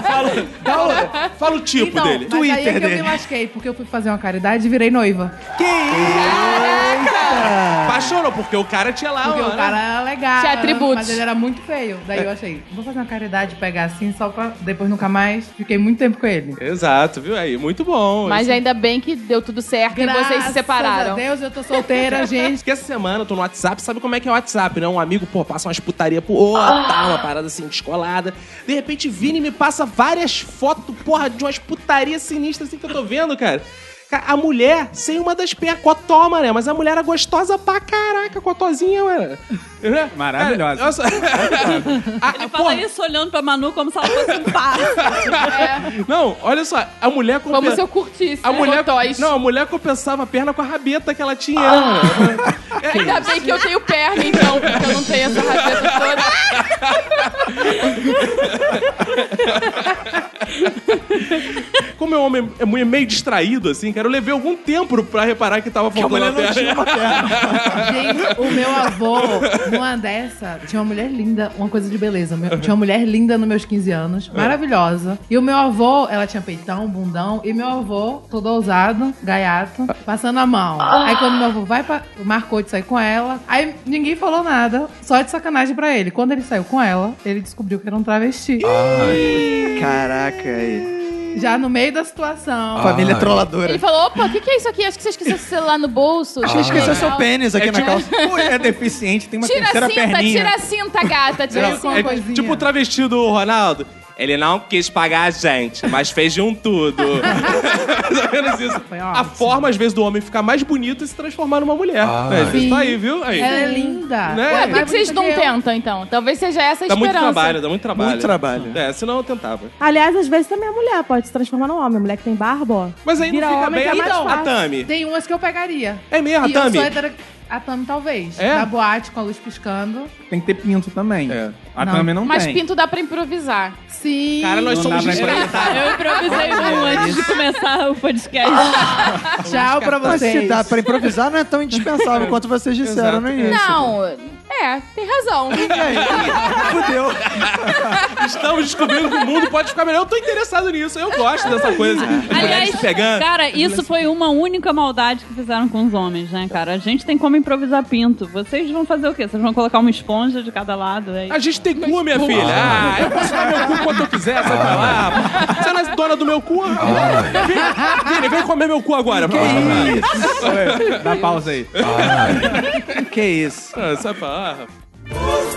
fala, dá o- fala o tipo Então, dele. mas aí é que eu me lasquei, porque eu fui fazer uma caridade e virei noiva. Que isso? Caraca! Apaixonou, porque o cara tinha lá, Porque ó, né? o cara era legal. Tinha atributos. Mas ele era muito feio. Daí eu achei, vou fazer uma caridade, pegar assim, só pra depois nunca mais. Fiquei muito tempo com ele. Exato, viu aí? Muito bom. Mas Isso. ainda bem que deu tudo certo e vocês se separaram. a Deus, eu tô solteira, gente. Porque essa semana eu tô no WhatsApp, sabe como é que é o WhatsApp, né? Um amigo, pô, passa umas putaria pro outro, tal, uma parada assim, descolada. De repente, Vini me passa várias fotos, porra, de umas putarias sinistras assim que eu tô vendo, cara. Ca- A mulher sem uma das pernas, cotó, mané. Mas a mulher era gostosa pra caraca, cotozinha, mano. Né? Maravilhosa. Cara, eu só- Ah, Ele fala isso olhando pra Manu como se ela fosse um pássaro. Não, olha só, a mulher compensa- É. Como um se eu curtisse. a mulher, Botóis. não, a mulher compensava a perna com a rabeta que ela tinha. né? Ainda bem que eu tenho perna, então, porque eu não tenho essa rabeta toda. Como é um homem é mu- meio distraído, assim, cara, eu levei algum tempo pra reparar que tava faltando mulher não tinha uma Gente, o meu avô, numa dessa, tinha uma mulher linda, uma coisa de beleza. Meu- Tinha uma mulher linda nos meus 15 anos, É. maravilhosa. E o meu avô, ela tinha peitão, bundão, e meu avô, todo ousado, gaiato, passando a mão. Aí quando meu avô vai pra, marcou de sair com ela, aí ninguém falou nada, só de sacanagem pra ele. Quando ele saiu com ela, ele descobriu que era um travesti. Caraca, aí. Já no meio da situação. Ah. Família trolladora. Ele falou, opa, o que, que é isso aqui? Acho que você esqueceu seu celular no bolso. Ah. Acho que esqueceu seu pênis aqui na tipo- calça. É deficiente, tem uma Tira a terceira cinta, perninha. tira a cinta, gata. Tira a Não, cinta. é tipo o travesti do Ronaldo. Ele não quis pagar a gente, mas fez de um tudo. Mais ou menos Ah, isso. A forma, às vezes, do homem ficar mais bonito e se transformar numa mulher. É, às vezes Sim. tá aí, viu? Aí. Ela é linda. é Né? Ué, por que, que vocês não tentam, então? Talvez seja essa a Dá muito esperança. trabalho, dá muito trabalho. Muito trabalho. É, senão eu tentava. Aliás, às vezes também a mulher pode se transformar num homem. A mulher que tem barba, ó. Mas aí não Vira fica homem, bem Então, que é mais a- fácil. a Tami. Tem umas que eu pegaria. É mesmo, Ah, a e Tami? Eu sou hetero... A Tami, talvez. É? Na boate, com a luz piscando. Tem que ter pinto também. A Não. é Tami não Mas tem. pinto dá pra improvisar. Sim. Cara, nós Não somos dá pra diferentes. Eu improvisei um antes de começar o podcast. Tchau pra Mas vocês. se dá pra improvisar, não é tão indispensável quanto vocês disseram no início. Não, é, tem razão. Fudeu. Estamos descobrindo que o mundo pode ficar melhor. Eu tô interessado nisso. Eu gosto dessa coisa. assim, de mulheres se pegando. cara, isso foi uma única maldade que fizeram com os homens, né, cara? A gente tem como improvisar pinto. Vocês vão fazer o quê? Vocês vão colocar uma esponja de cada lado? é Aí... A gente tem cu, minha filha. Ah, eu posso dar meu cu quanto eu quiser, sai pra lá. Você não é dona do meu cu? Vem, Vini, vem comer meu cu agora. Que Oi, Dá pausa aí. Que isso? Ah, sai pra lá. rapaz.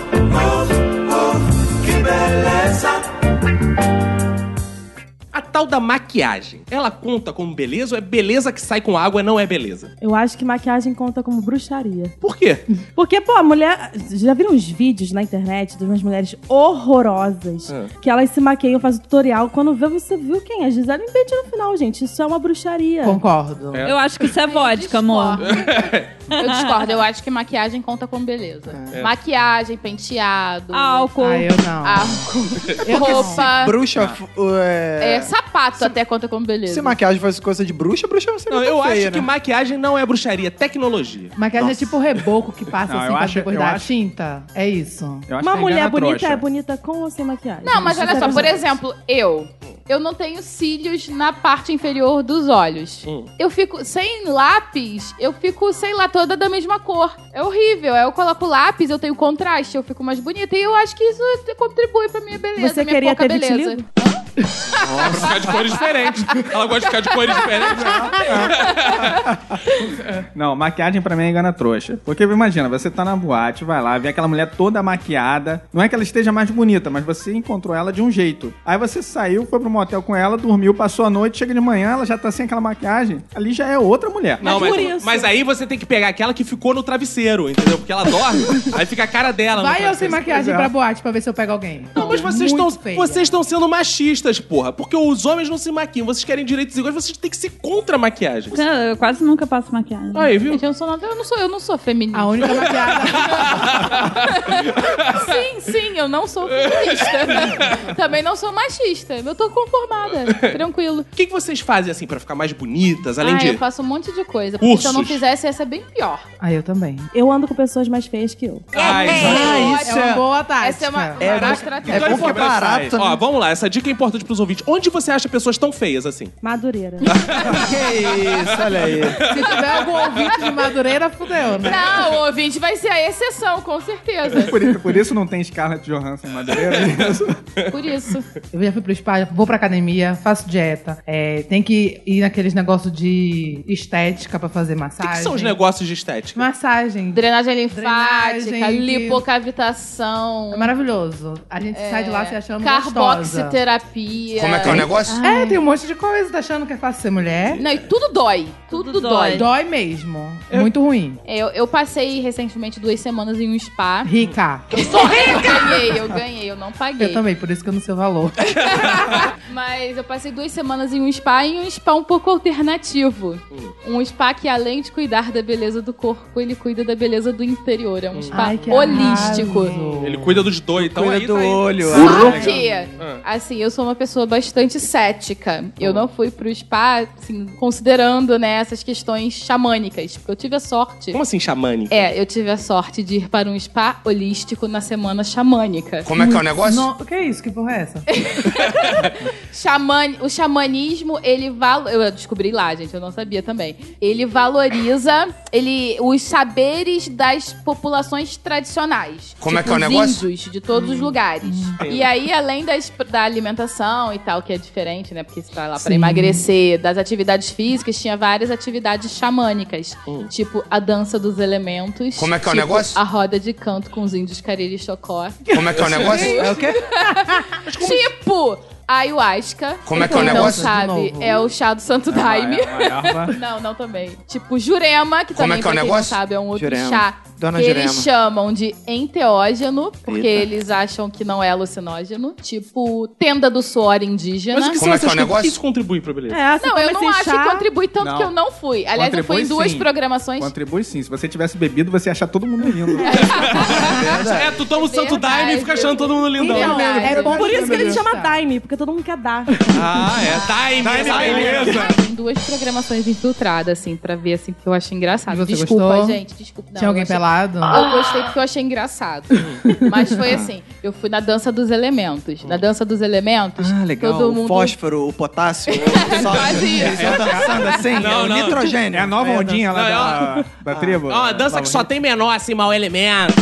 A tal da maquiagem, ela conta como beleza ou é beleza que sai com água não é beleza? Eu acho que maquiagem conta como bruxaria. Por quê? Porque, pô, a mulher. Já viram uns vídeos na internet de umas mulheres horrorosas Ah. que elas se maquiam, fazem tutorial. Quando vê, você viu quem? A Gisele Bündchen no final, gente. Isso é uma bruxaria. Concordo. Eu acho que isso é vodka, amor. Eu discordo, eu acho que maquiagem conta como beleza. É. Maquiagem, penteado. Álcool. Ah, eu não. Álcool. Eu que roupa. Bruxa. f- É... É, sapato até conta como beleza. Se maquiagem fosse coisa de bruxa, bruxa você Não, eu acho que né? maquiagem não é bruxaria, é tecnologia. Maquiagem é tipo reboco que passa Não, assim eu pra acho- depois eu da acho- tinta. É isso. Eu Uma acho que tá mulher enganando a bonita trouxa. é bonita com ou sem maquiagem? Não, mas Isso olha é só, por verdade. exemplo, eu. Eu não tenho cílios na parte inferior dos olhos. Eu fico sem lápis, eu fico, sei lá, toda da mesma cor. É horrível. Aí Eu coloco lápis, eu tenho contraste, eu fico mais bonita. E eu acho que isso contribui pra minha beleza, Você minha queria pouca ter beleza. vitiligo? Ela gosta de ficar de cores diferentes. Ela gosta de ficar de cores diferentes. Não, maquiagem pra mim é engana trouxa. Porque imagina, você tá na boate, vai lá, vê aquela mulher toda maquiada. Não é que ela esteja mais bonita, mas você encontrou ela de um jeito. Aí você saiu, foi pro motel com ela, dormiu, passou a noite, chega de manhã, ela já tá sem aquela maquiagem. Ali já é outra mulher. Não, mas, mas aí você tem que pegar aquela que ficou no travesseiro, entendeu? Porque ela dorme, aí fica a cara dela. no Vai eu sem travesseiro. maquiagem pra boate pra ver se eu pego alguém. Não, mas vocês Muito estão feia. vocês estão sendo machistas, porra. Porque os homens não se maquiam, vocês querem direitos iguais, vocês têm que ser contra a maquiagem. Eu quase nunca passo maquiagem. Aí, viu? Gente, eu não sou nada, eu não sou, eu não sou feminista. A única maquiada. sim, sim, eu não sou feminista. Também não sou machista. Eu tô conformada. Tranquilo. O que, que vocês fazem assim pra ficar mais bonitas, além ah, de. eu faço um monte de coisa. Porque se eu não Cursos. fizesse, ia ser bem pior. Ah, eu também. Eu ando com pessoas mais feias que eu. Ah, Ah, isso é uma boa tática. Essa é uma, uma É, boa mas- estratégia. Então, bom que é pra- barato, Ó, né? vamos lá, essa dica é importante pros ouvintes. Onde você acha pessoas tão feias assim? Madureira. que isso, olha aí. Se tiver algum ouvinte de Madureira, fudeu, né? Não, o ouvinte vai ser a exceção, com certeza. Por isso, por isso não tem Scarlett Johansson né? em Madureira. Então Por isso. Eu já fui pro spa, vou pra academia, faço dieta. É, tem que ir naqueles negócios de estética pra fazer O que, massagem. que são os negócios de estética? Massagem. Drenagem linfática, Drenagem, lipocavitação. É maravilhoso. A gente sai de lá se achando Carboxiterapia. É, tem um monte de coisa. Tá achando que é fácil ser mulher? Não, e tudo dói. Tudo, dói. É, Dói mesmo. Muito ruim. Eu, eu passei recentemente duas semanas em um spa. Rica. Eu sou rica! Eu ganhei, eu ganhei, eu não paguei. Eu também, por isso que eu não sei o valor. Mas eu passei duas semanas em um spa e em um spa um pouco alternativo. Um spa que, além de cuidar da beleza do corpo, ele cuida da beleza do interior. É um spa Ai, que holístico. Ele cuida dos dois, então Cuida aí do tá aí. olho, Só que, assim, eu sou uma pessoa bastante cética. Eu não fui pro spa, assim, considerando, né, essas questões xamânicas. Porque eu tive a sorte. Como assim, xamânica? É, eu tive a sorte de ir para um spa holístico na semana xamânica. é Não, o que é isso? Que porra é essa? Xaman- o xamanismo, ele valo, eu descobri lá, gente, eu não sabia também. Ele valoriza ele os saberes das populações tradicionais. Como é que Tipo, é o os negócio? índios de todos os lugares. E aí, além das- da alimentação e tal, que é diferente, né? Porque você tá lá pra Sim. emagrecer, das atividades físicas, tinha várias atividades xamânicas. Tipo, a dança dos elementos. Como é que é o tipo, negócio? A roda de canto com os índios cariri e chocó. Como é que é o negócio? É o quê? Tipo, ayahuasca. Como é que é o Quem negócio? Não De sabe, novo. é o chá do Santo É uma- Daime. é uma erva. não, não também. Tipo, jurema, que Como também é que é o pra quem negócio? não sabe, é um outro Jurema. chá. Dona que Jurema. eles chamam de enteógeno, porque Eita. eles acham que não é alucinógeno. Tipo, tenda do suor indígena. Mas o que é são essas coisas? O que isso contribui pra beleza? É, não, tá eu não acho que contribui tanto Não. que eu não fui. Aliás, eu fui Contribui em duas sim. programações. Contribui sim. Se você tivesse bebido, você ia achar todo mundo lindo. É, tu toma o santo daime e fica achando todo mundo lindão. Então, é verdade. por isso que ele Verdade. chama Daime, porque todo mundo quer dar. Ah, é. Tá Time, Time, é beleza. Em duas programações infiltradas, assim, pra ver, assim, que eu achei engraçado. Você desculpa, gostou? gente, desculpa. Não, Tinha alguém eu achei- pelado? Ah. Eu gostei porque eu achei engraçado. Mas foi assim, eu fui na dança dos elementos. Na dança dos elementos, Ah, legal. todo O mundo... fósforo, o potássio, o sódio. Quase Eles isso. vão dançando assim, Não, é o não. né? nitrogênio. É a nova Aí eu ondinha lá danço. da- Não, Da tribo. É uma dança que só tem menor, assim, mau elemento.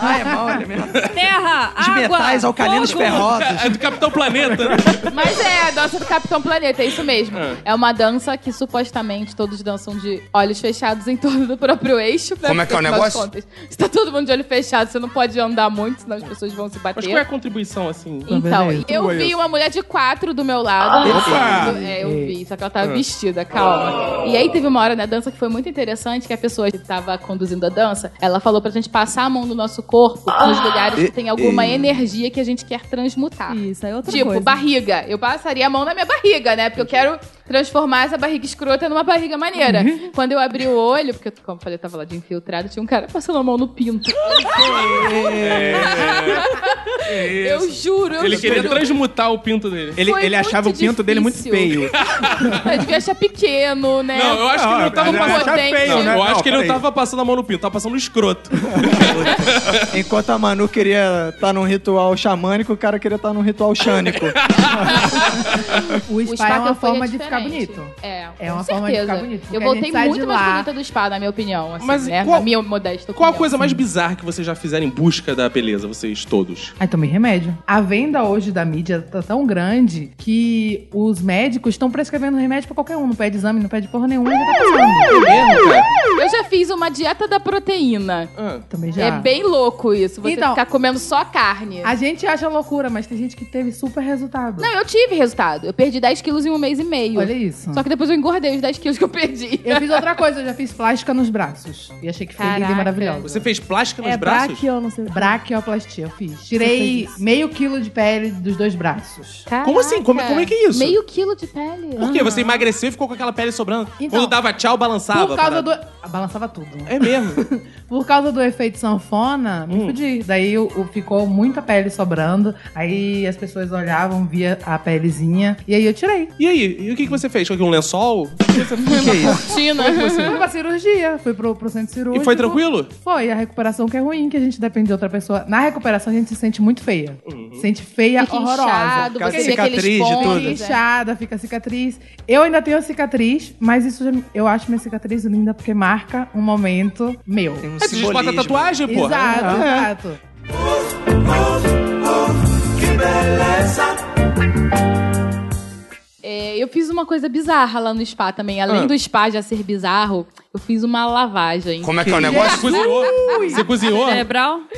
Ah, é mal, ele mesmo. Terra, Os metais alcalinos ferrosos. É do Capitão Planeta. né? Mas é, a dança do Capitão Planeta, é isso mesmo. Ah. É uma dança que supostamente todos dançam de olhos fechados em torno do próprio eixo pra Como é que é o no final negócio? de contas. Se tá todo mundo de olho fechado, você não pode andar muito, senão as pessoas vão se bater. Mas qual é a contribuição, assim? Tá Então, eu vi uma mulher de quatro do meu lado. Ah, dançando. opa! É, eu vi, só que ela tava Ah. vestida, calma. E aí teve uma hora na dança que foi muito interessante, que a pessoa que tava conduzindo a dança, ela falou pra gente passar a mão no nosso corpo nos lugares que tem alguma Ah! E- e- energia que a gente quer transmutar. Isso, é outra tipo, coisa. barriga. Eu passaria a mão na minha barriga, né? Porque eu quero transformar essa barriga escrota numa barriga maneira. Uhum. Quando eu abri o olho, porque, como eu falei, eu tava lá de infiltrado, tinha um cara passando a mão no pinto. É, Eu juro, eu Ele juro. queria transmutar o pinto dele. Ele- Foi ele muito achava o pinto dele muito difícil. Eu devia achar pequeno, né? Não, eu acho que ele não tava passando. Potente. Não, né? Eu acho Não, que ele não peraí. tava passando a mão no pinto, tava passando no escroto. Enquanto a Manu queria estar num ritual xamânico, o cara queria estar num ritual xânico. O spa, é uma foi forma de ficar diferente. bonito. É, É com uma certeza. forma de ficar bonito, porque Eu a gente voltei sai de muito mais lá- bonita do spa, na minha opinião. Assim, Mas né? qual- na minha modesta Qual a opinião. coisa mais bizarra que vocês já fizeram em busca da beleza, vocês todos? Aí tomei remédio. A venda hoje da mídia tá tão grande que os médicos estão prescrevendo remédio pra qualquer um. Não pede exame, não pede porra nenhuma. já tá passando. Eu já fiz uma dieta da proteína. Também já. É bem louco isso. Você Então- ficar comendo só carne. A gente acha loucura, mas tem gente que teve super resultado. Não, eu tive resultado. Eu perdi 10 quilos em um mês e meio. Olha isso. Só que depois eu engordei os 10 quilos que eu perdi. Eu fiz outra coisa, eu já fiz plástica nos braços. E achei que foi linda e Caraca. maravilhosa. Você fez plástica nos É braços? braquio, não sei. Braquioplastia, eu fiz. Tirei fez meio quilo de pele dos dois braços. Como assim? Como- como é que é isso? Meio quilo de pele. Ah, Por quê? Você emagreceu e ficou com aquela pele sobrando. Então, Quando dava tchau, balançava. Por causa a parada. do. Ah, Balançava tudo. É mesmo. Por causa do efeito sanfona, Hum. me fudi. Daí o- o- ficou muita pele sobrando. Aí as pessoas olhavam, via a pelezinha. E aí eu tirei. E aí? E o que, que você fez? Foi um lençol? Tina. Fui pra cirurgia, fui pro, pro centro cirúrgico. Uhum. E foi tranquilo? Foi, a recuperação que é ruim, que a gente depende de outra pessoa. Na recuperação a gente se sente muito feia. Uhum. Sente feia, Fica é horrorosa. inchado, você vê aqueles é. Cicatriz de pontos, tudo. Fica inchada, fica cicatriz. Eu ainda tenho cicatriz, mas isso já me- eu acho minha cicatriz linda porque marca um momento meu. Tem um Mas desbota a simbolismo. tatuagem, porra. Exato, É. exato. É, eu fiz uma coisa bizarra lá no spa também. Além Ah. do spa já ser bizarro, eu fiz uma lavagem. Como é que é o Você cozinhou? Você cozinhou?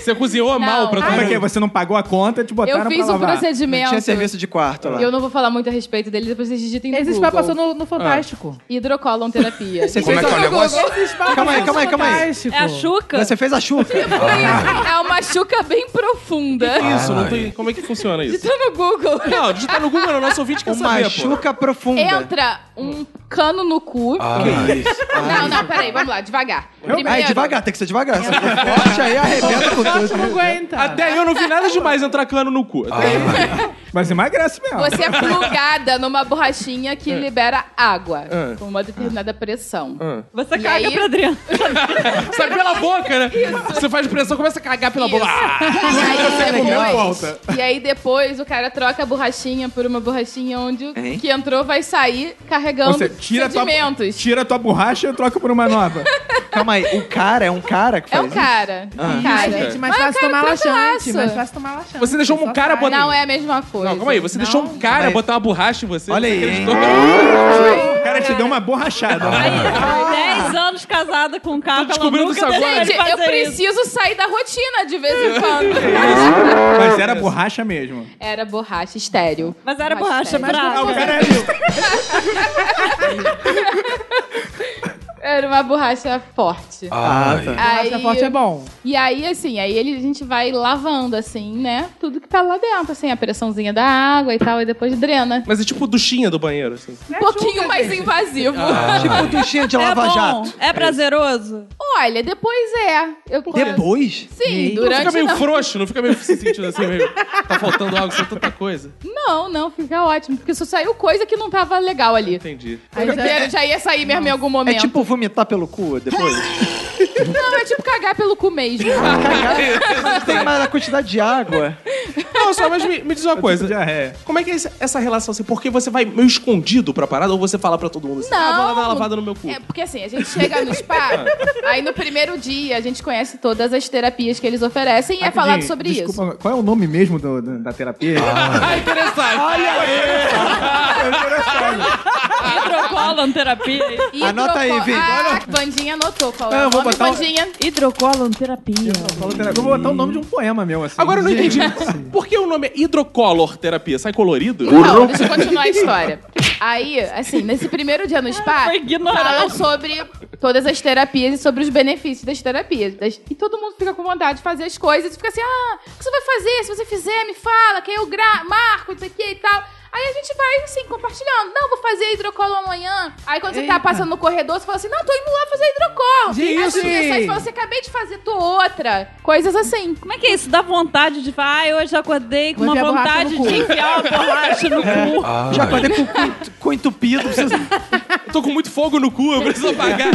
Você cozinhou mal pra Como é que é? Você não pagou a conta, te botaram Eu fiz pra um lavar. procedimento. Tinha serviço de quarto Eu não vou falar muito a respeito dele, depois vocês digitem no É. Esse Google. spa passou no, Ah. no Fantástico. Hidrocolon terapia. Você Como fez é que é o Google, negócio? esse spa Calma aí, passou calma aí, no calma aí. É Fantástico. Você fez a chuca? É uma chuca bem profunda. Isso, não tô... como é que funciona isso? Digita no Google. Não, digitar no Google, não, nosso ouvinte quer Uma saber, pô. chuca profunda. Entra um cano no cu. Ah. Que isso? Não, não, peraí, vamos lá, devagar. Ah, é devagar, tem que ser devagar. Se for forte, é aí arrebenta com tudo. Não aguenta. Até eu não vi nada demais entrar cano no cu. Ah. Mas emagrece mesmo. Você é plugada numa borrachinha que É. libera água É. com uma determinada pressão. Ah. Você caga aí... pra Adriano. Sai pela boca, né? Você faz pressão, começa a cagar pela boca. Ah. E aí, depois, volta. e aí depois o cara troca a borrachinha por uma borrachinha onde o Hein? que entrou vai sair Ou carregando seja, um tira a tua, sedimento. tira a tua borracha e troca por uma nova. Calma aí, o cara é um cara que É o cara. Ah. o cara. Ai, gente, mais Mas fácil o cara tomar é laxante, tranquilaço. mais fácil tomar laxante. Você deixou um cara botar. Não é a mesma coisa. Não, calma aí, você deixou um cara botar uma borracha em você. Olha aí. O cara te deu uma borrachada. Dez anos casada com um cara, ela Ah, descobrindo nunca isso agora. deixou ele Gente, eu fazer isso. preciso sair da rotina de vez em quando. Mas era borracha mesmo. Era borracha estéreo. Mas era borracha estéreo. brava. Ah, o é cara Era uma borracha forte. Ah, tá. Borracha forte é bom. E aí, assim, aí ele, a gente vai lavando, assim, né? Tudo que tá lá dentro, assim, a pressãozinha da água e tal, e depois drena. Mas é tipo duchinha do banheiro, assim. Um pouquinho mais invasivo. tá. Ah. Tipo duchinha de Lava Jato. É prazeroso? Olha, depois é. Eu Depois? Sim, durante Não fica meio não. frouxo, não fica meio se sentindo assim, meio... Tá faltando algo, só tanta coisa. Não, não, fica ótimo, porque só saiu coisa que não tava legal ali. Entendi. Aí já, já ia sair mesmo em algum É momento. tipo vomitar pelo cu depois. Não, é tipo cagar pelo cu mesmo. Mas tem mais a quantidade de água. Não, só, mas me, me diz uma coisa. Como é que é essa- essa relação assim? Porque você vai meio escondido pra parada ou você fala pra todo mundo assim, ah, vou lá dar uma lavada no meu cu? É porque assim, a gente chega no spa, aí no primeiro dia a gente conhece todas as terapias que eles oferecem e é falado Rapidinho, sobre isso. desculpa, Qual é o nome mesmo do- do- da terapia? Ah, interessante. Olha Hidrocolam terapia. Anota aí, Vitor. Ah, Vandinha anotou qual é Ah, eu o vou nome, botar um- Vandinha. Hidrocolon terapia. Eu vou botar o nome de um poema meu, assim. Agora eu não entendi. Por que o nome é hidrocolor terapia? Sai colorido? Não, deixa eu continuar a história. Aí, assim, nesse primeiro Ah, dia no spa, falam sobre todas as terapias e sobre os benefícios das terapias. Das- E todo mundo fica com vontade de fazer as coisas e fica assim: ah, o que você vai fazer? Se você fizer, me fala, que eu gra marco, isso aqui e tal. Aí a gente vai, assim, compartilhando. Não, vou fazer hidrocolo amanhã. Aí quando você tá Eita. passando no corredor, você fala assim, não, tô indo lá fazer hidrocolo. Que Aí isso, você pensa, aí gente? fala, você acabei de fazer, tô outra. Coisas assim. Como é que é isso? Dá vontade de falar, ai, hoje eu acordei com Vou uma enfiar a borracha vontade no cu." de enfiar uma borracha no cu. Já acordei com, com, com entupido. Preciso... Tô com muito fogo no cu, eu preciso apagar.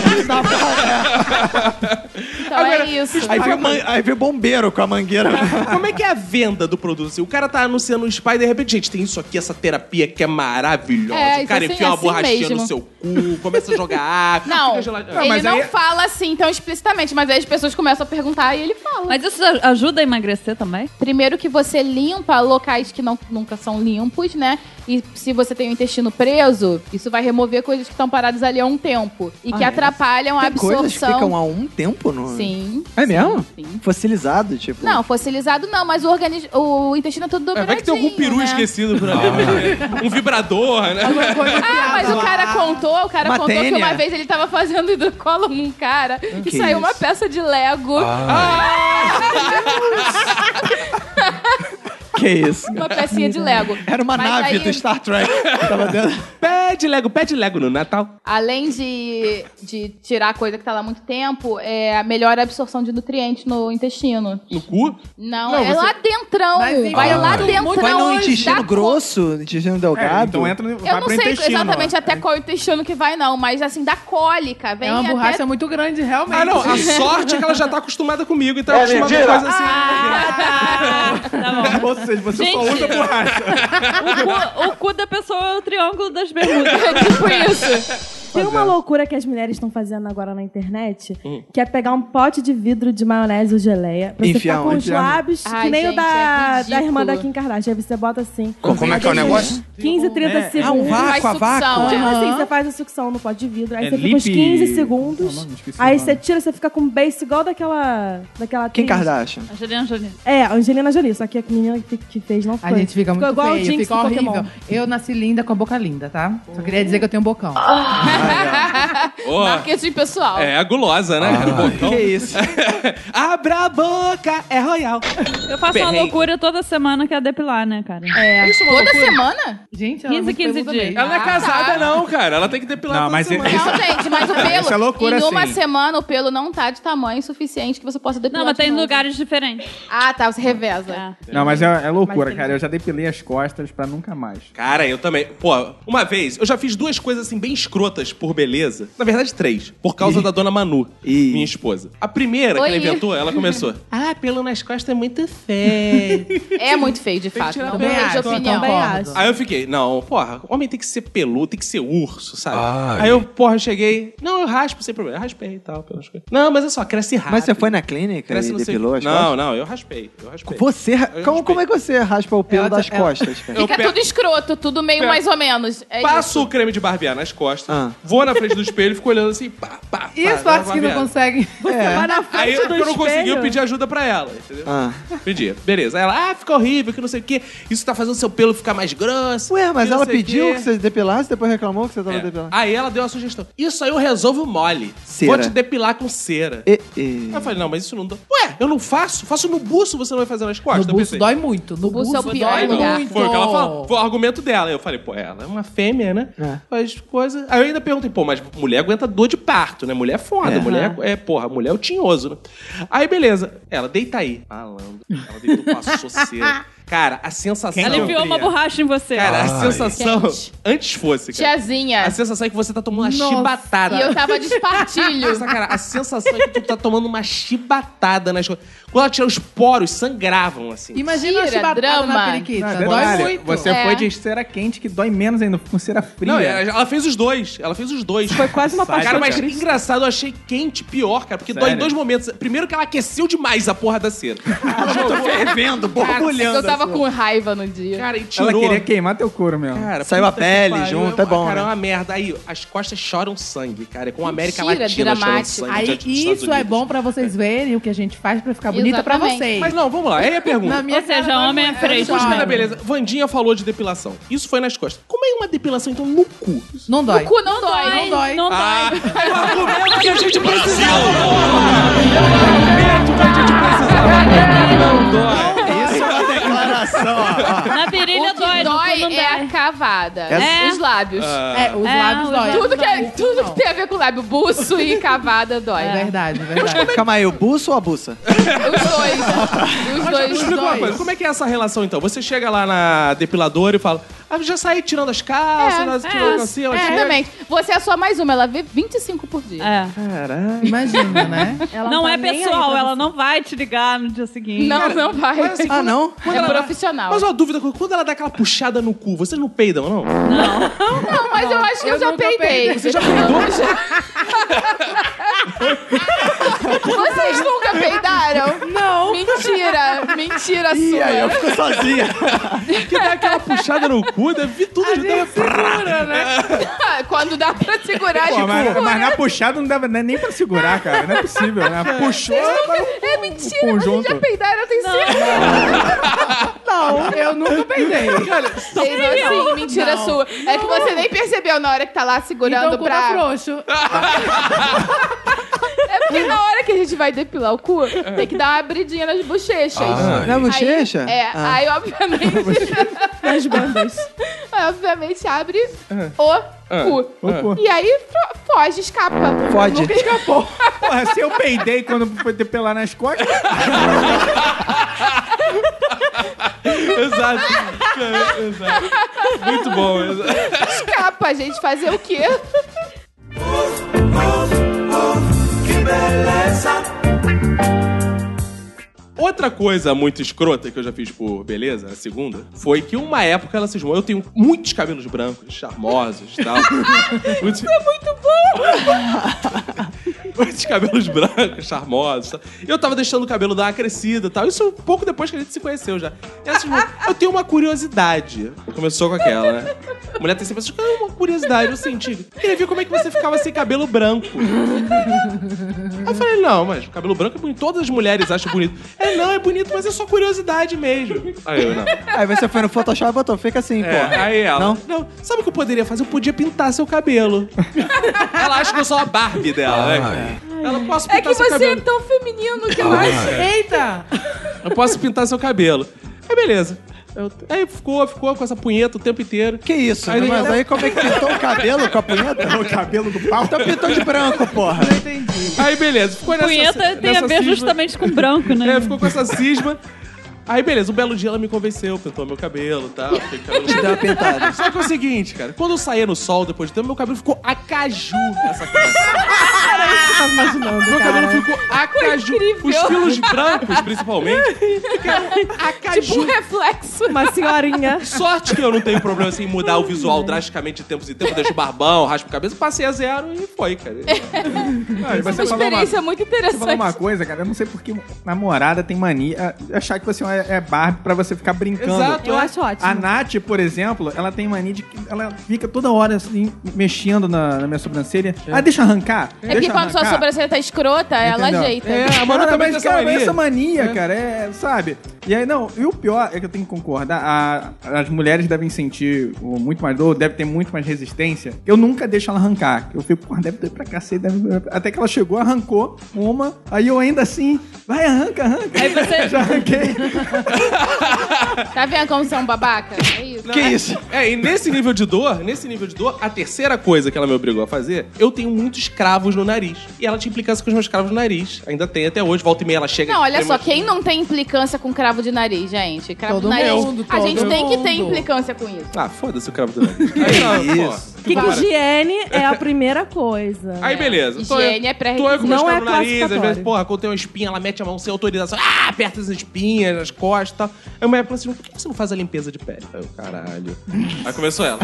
Então é isso. Aí vê, man- aí vê bombeiro com a mangueira. Como é que é a venda do produto? Assim, o cara tá anunciando um spa e de repente, gente, tem isso aqui, essa terapia que é maravilhosa. É, o cara isso assim- enfia uma assim borrachinha mesmo. no seu cu, começa a jogar água. Não, fica gelado. ele não fala assim tão explicitamente, mas aí as pessoas começam a perguntar e ele fala. Mas isso a- ajuda a emagrecer também? Primeiro que você limpa locais que não, nunca são limpos, né? E se você tem o intestino preso, isso vai remover coisas que estão paradas ali há um tempo. E que Ah, é? atrapalham a Tem absorção. coisas que ficam há um tempo no... Sim. É mesmo? Sim. Fossilizado, tipo... Não, fossilizado não, mas o, organismo, o intestino é todo É, dobradinho, vai que tem algum peru né? esquecido por Ah, ali. é. um vibrador, né? Ah, mas o cara contou, o cara Uma contou que tênia. uma vez ele tava fazendo hidrocolo num cara e Que saiu uma isso? peça de Lego. Ah, Que isso? Uma pecinha de Lego. Era uma Mas nave aí- do Star Trek. Tava dentro. Pede Lego, pede Lego no Natal. Além de, de tirar coisa que tá lá há muito tempo, é a melhor absorção de nutrientes no intestino. No cu? Não, Não, é você- lá dentrão. Mas enfia vai lá tudo dentrão. Vai no hoje, intestino dá- grosso, intestino delgado. É, então entra no- Eu não sei exatamente até qual é intestino que vai, não, mas assim, dá cólica. Vem É uma borracha até... muito grande, realmente. Ah, não, a sorte é que ela já tá acostumada comigo, então É é acostumada com mentira. coisa assim. Tá Ou seja, você só Gente. usa borracha. O cu, o cu da pessoa é o triângulo das bermudas. Tipo isso. Tem uma loucura que as mulheres estão fazendo agora na internet, que é pegar um pote de vidro de maionese ou geleia pra Enfiar você ficar com um, os enfiar um. lábios, Ai, que nem gente, o da, é da irmã ridículo. da Kim Kardashian. Aí você bota assim. Como- como é que é o negócio? 15, 30 É, segundos. ah, um vácuo, Faz a sucção, vácuo. é. Tipo Aham. assim, você faz a sucção no pote de vidro, aí É você fica uns lip- 15 segundos. aí você tira, você fica com um beijo igual daquela. daquela Kim atriz. Kardashian. Angelina Jolie. É, a Angelina Jolie, só que a menina que, que fez não foi. A gente fica muito Ficou igual feio, o Jinx fica do horrível. Pokémon. Eu nasci linda com a boca linda, tá? Só queria dizer que eu tenho um bocão. Ó, Marketing pessoal. é a gulosa, Ah, né? Era o Então, botão. Que isso? Abra a boca, é royal. Eu faço uma Perrengue. loucura toda semana que é depilar, né, cara? É. Isso é uma Toda loucura. semana? Gente, ela é 15, 15 dias. Ela não é casada, não, cara. Ela tem que depilar Não, toda mas é- semana. isso- Não, gente, mas o pelo. Isso é loucura, em uma assim. semana o pelo não tá de tamanho suficiente que você possa depilar. Não, mas de tem novo. lugares diferentes. Ah, tá, você reveza. Não, mas é, é loucura, Mas tem- cara. Eu já depilei as costas pra nunca mais. Cara, eu também. Pô, uma vez eu já fiz duas coisas assim bem escrotas por beleza. Na verdade, três. Por causa da dona Manu, minha esposa. A primeira Oi. que ela inventou, ela começou. Ah, pelo nas costas é muito feio. É muito feio, de fato. um Não mudei de então, opinião. Aí eu fiquei, não, porra, homem tem que ser peludo, tem que ser urso, sabe? Aí eu, porra, eu cheguei, não, eu raspo sem problema, eu raspei e tal, pelas coisas. Não, mas é só, cresce rápido. Mas você foi na clínica Cresce e no seu- depilou as Não, costas? não, eu raspei, eu raspei. Você... ra- Como, como é que você raspa o pelo das costas, cara? Fica tudo escroto, tudo meio mais ou menos. É Passo isso. o creme de barbear nas costas, Ah. vou na frente do espelho e fico olhando assim, pá, pá, pá. E dá as uma partes que não barbeada. conseguem. Aí eu, porque eu não consegui, eu pedi ajuda pra ela, entendeu? Ah. Pedi. Beleza. Aí ela, ah, fica horrível, que não sei o quê. Isso tá fazendo seu pelo ficar mais grosso. Ué, mas que não ela sei o pediu quê." que você depilasse, depois reclamou que você tava É. Ah, depilando. Aí ela deu uma sugestão. Isso aí eu resolvo mole. Cera. Vou te depilar com cera. Aí Eu falei, não, mas isso não dá. Ué, eu não faço? Faço no buço, você não vai fazer nas costas. No Eu buço pensei, dói muito. No buço buço é o pior dói lugar. muito. Foi o que ela falou. Foi o argumento dela. Eu falei, pô, ela é uma fêmea, né? É. Faz coisa. Aí eu ainda perguntei, pô, mas mulher aguenta dor de parto, né? Mulher é foda. É. Mulher é, porra, mulher é o tinhoso, né? Aí, beleza. Ela, deita aí. Malandro. Ela deitou, passou cera. Cara, a sensação. Ela enfiou uma borracha em você. Cara, a sensação. Antes fosse, cara. Tiazinha. A sensação é que você tá tomando uma Nossa. chibatada. E eu tava de espartilho. Nossa, cara, a sensação é que tu tá tomando uma chibatada nas coisas. Quando ela tira os poros, sangravam, assim. Imagina Tira, a chibatada drama. na periquita. Não, Dói detalhe, muito. né? Você É. foi de cera quente, que dói menos ainda, com cera fria. Não, é, ela ela fez os dois. Ela fez os dois. Foi quase uma Cara, paixão mas de engraçado, eu achei quente pior, cara. Porque dói em Sério? dois momentos. Primeiro que ela aqueceu demais a porra da cera. Ela já tá jogou- fervendo, Cara, borbulhando Eu tava assim. com raiva no dia. Cara, e Ela tirou. queria queimar teu couro mesmo. Cara, puta que pariu, é uma- Cara, é uma merda. Aí, as costas choram sangue, cara. É com a América Mentira, Latina chorando dramático. sangue. Aí diante dos Estados isso é Unidos. bom pra vocês verem o que a gente faz pra ficar bonita pra Exatamente. vocês. Mas não, vamos lá. Aí é a pergunta. Na minha Ou seja, cara, homem é não, fresco. Busca da não. beleza. Vandinha falou de depilação. Isso foi nas costas. Como é uma depilação, então, no cu? Não dói. O cu não dói. Não dói. Não Ah, É o argumento que a gente precisava. Isso é uma declaração, Ah. ó. Na virilha dói, que dói no cu não é dói. a cavada. É. Os lábios. É, os É, lábios os dói. lábios Tudo, que, é- tudo que tem a ver com lábio, buço e cavada dói. É verdade, verdade. Calma aí, o buço ou a buça? Os Mas me dois. explica uma dói. coisa, como é que é essa relação então? Você chega lá na depiladora e fala, ah, eu já saí tirando as calças, nós É, tirando é, assim, ela tira. exatamente. Você é só mais uma, ela vê 25 por dia. É. Caralho. Imagina, né? Ela não tá é nem aí então? pessoal, pra ela não vai te ligar no dia seguinte. Não, não vai. Mas, assim, Ah, quando- quando É ela- profissional. Mas uma é dúvida, quando ela dá aquela puxada no cu, vocês não peidam, não? Não, mas eu acho que eu, eu já nunca peidei. peidei. Você já peidou? Vocês nunca peidaram? Não. Mentira, mentira Ih, sua. aí eu fico sozinha. que dá aquela puxada no cu, deve vir tudo de dentro. assim, Segura, né? Quando dá pra segurar, Pô, tipo... mas, mas na puxada não dava nem pra segurar, cara. Não é possível, né? Puxou. É mentira, o vocês já conjunto. peidaram, eu tenho certeza. Não, eu nunca peidei. Cara, Peidou sim, assim, mentira Não. sua. É que você nem percebeu na hora que tá lá segurando Então, o cu pra... tá frouxo. Ah. É porque na hora que a gente vai depilar o cu, tem que dar uma abridinha nas bochechas. Ah, na Aí- bochecha? É, Ah. aí obviamente. Nas bandas. Aí, obviamente abre o cu. Ah. o cu. E aí fo- foge, escapa. Fode. Nunca escapou. Porra, se eu peidei quando foi depelar nas costas. Exato. Exato. Muito bom. exato. Escapa, gente. Fazer o quê? Outra coisa muito escrota que eu já fiz por beleza, a segunda, foi que uma época ela cismou. Eu tenho muitos cabelos brancos, charmosos e tal. muitos, é muito bom! muitos cabelos brancos, charmosos. tal. Eu tava deixando o cabelo dar uma crescida e tal. Isso um pouco depois que a gente se conheceu já. E ela cismou, eu tenho uma curiosidade. Começou com aquela, né? A mulher tem sempre essas coisas, uma curiosidade, eu senti. Queria ver como é que você ficava sem cabelo branco. Aí eu falei, não, mas o cabelo branco é bonito. Todas as mulheres acham bonito. É, não, é bonito, mas é só curiosidade mesmo. Aí eu, não. Aí você foi no Photoshop e botou, fica É, assim, pô. aí ela. Não? Sabe o que eu poderia fazer? Eu podia pintar seu cabelo. ela acha que eu sou a Barbie dela, né? Ela posso pintar É que seu você cabelo. é tão feminino que Ah, eu é. acho. Eita! Eu posso pintar seu cabelo. Aí beleza. Eu- aí ficou, ficou com essa punheta o tempo inteiro. Que isso, né? Mas aí como é que pintou o cabelo com a punheta? O cabelo do pau? Então pintou de branco, porra. Aí beleza, ficou nessa Punheta nessa tem a ver cisma. justamente com branco, né? É, ficou com essa cisma. Aí, beleza, um belo dia ela me convenceu, pintou meu cabelo e tal. aquele cabelo- Te deu uma pintada. Só que é o seguinte, cara, quando eu saía no sol depois de tempo, meu cabelo ficou a caju essa coisa. Era isso que eu tava imaginando. Meu cabelo ficou a caju. Os filos brancos, principalmente, ficaram a caju. Tipo um reflexo. Uma senhorinha. Sorte que eu não tenho problema assim, em mudar o visual drasticamente de tempos em tempos. Deixo o barbão, raspo a cabeça, passei a zero e foi, cara. Não, e Uma experiência muito Você falou uma interessante. coisa, cara, eu não sei porque namorada tem mania de achar que você é é Barbie pra você ficar brincando. Exato, Eu é. acho ótimo. A Nath, por exemplo, ela tem mania de que ela fica toda hora assim, mexendo na, na minha sobrancelha. Ah, deixa eu arrancar. É deixa que eu quando sua arrancar. sobrancelha tá escrota, ela Entendeu? ajeita. É, a Manu também tem essa mania. essa mania, É. cara, é, sabe? E aí, não, e o pior é que eu tenho que concordar, a- as mulheres devem sentir o- muito mais dor, deve ter muito mais resistência. Eu nunca deixo ela arrancar. Eu fico, pô, deve doer pra cacete. Deve... doer pra-" Até que ela chegou, arrancou uma, aí eu ainda assim, vai, arranca, arranca. Aí você- Já arranquei. Tá vendo como você é um babaca? É isso. Não, é- É, e nesse nível de dor, nesse nível de dor, a terceira coisa que ela me obrigou a fazer, eu tenho muitos cravos no nariz. E ela tinha implicância com os meus cravos no nariz. Ainda tem até hoje, volta e meia ela chega. Não, olha tem um. só, umas- quem não tem implicância com cravo de nariz, gente? Cravo Todo de nariz. mundo, a todo gente tem que ter mundo. implicância com isso. Ah, foda-se o cravo do nariz. Aí, não, pô, Que, que para. higiene é a primeira coisa. Aí beleza. Tô eu- Higiene é pré-requisito. Tô eu com meus Não cravos é no nariz, às classificatório. vezes, porra, quando tem uma espinha, ela mete a mão sem autorização, ah, aperta as espinhas, as costas e tal. Aí uma época assim, por que você não faz a limpeza de pele? Aí eu, caralho. Aí começou ela.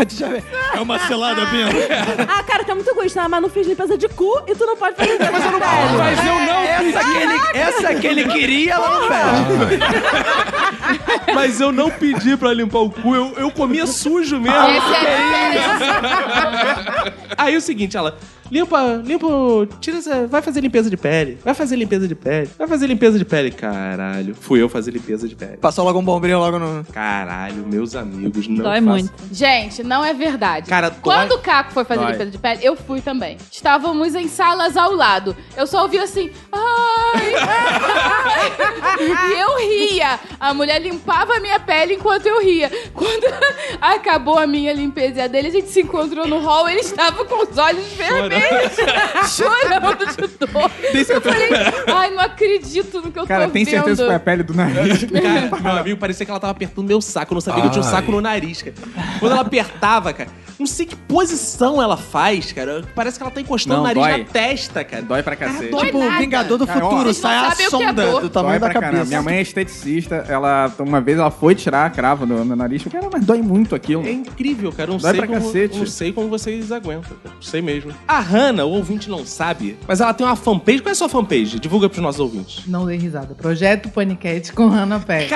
É uma selada, Bino. Ah, cara, tá muito gostoso, ah, mas não fiz limpeza de cu e tu não pode fazer limpeza Mas eu não posso, mas eu não É, Essa que ele, essa que ele queria, ela não pede. Mas eu não pedi pra limpar o cu, eu, eu comia sujo mesmo. Esse é Aí o seguinte, ela. Limpa, limpa, tira essa. Vai fazer limpeza de pele. Vai fazer limpeza de pele. Vai fazer limpeza de pele. Caralho, fui eu fazer limpeza de pele. Passou logo um bombrinho logo no. Caralho, meus amigos, não. Dói façam- muito. Gente, não é verdade. Cara, dói- Quando o Caco foi fazer Dói. limpeza de pele, eu fui também. Estávamos em salas ao lado. Eu só ouvi assim, ai, ai. E eu ria. A mulher limpava a minha pele enquanto eu ria. Quando acabou a minha limpeza e a dele, a gente se encontrou no hall, ele estava com os olhos vermelhos, chorando de dor. Eu falei, ai, não acredito no que eu Cara, tô tem vendo. certeza que é foi a pele do nariz? é. Cara, meu amigo, parecia que ela tava apertando meu saco. Eu não sabia que eu tinha um Ai. saco no nariz, cara. Quando ela apertava, cara, não sei que posição ela faz, cara. Parece que ela tá encostando Não, o nariz dói. na testa, cara. Dói pra cacete. É, dói Tipo, o nada. Vingador do Futuro, ó, sai a Vocês não sabem o que é sonda dor. do Dói tamanho da pra caramba. cabeça. Minha mãe é esteticista, ela uma vez ela foi tirar a crava no, no nariz, porque era, mas dói muito aquilo. É incrível, cara. Eu Não Dói sei, pra como, cacete. não sei como vocês aguentam. cara. Não sei mesmo. A Hannah, o ouvinte não sabe, mas ela tem uma fanpage. Qual é a sua fanpage? Divulga pros nossos ouvintes. Não dei risada. Projeto Paniquete com Hannah Pé.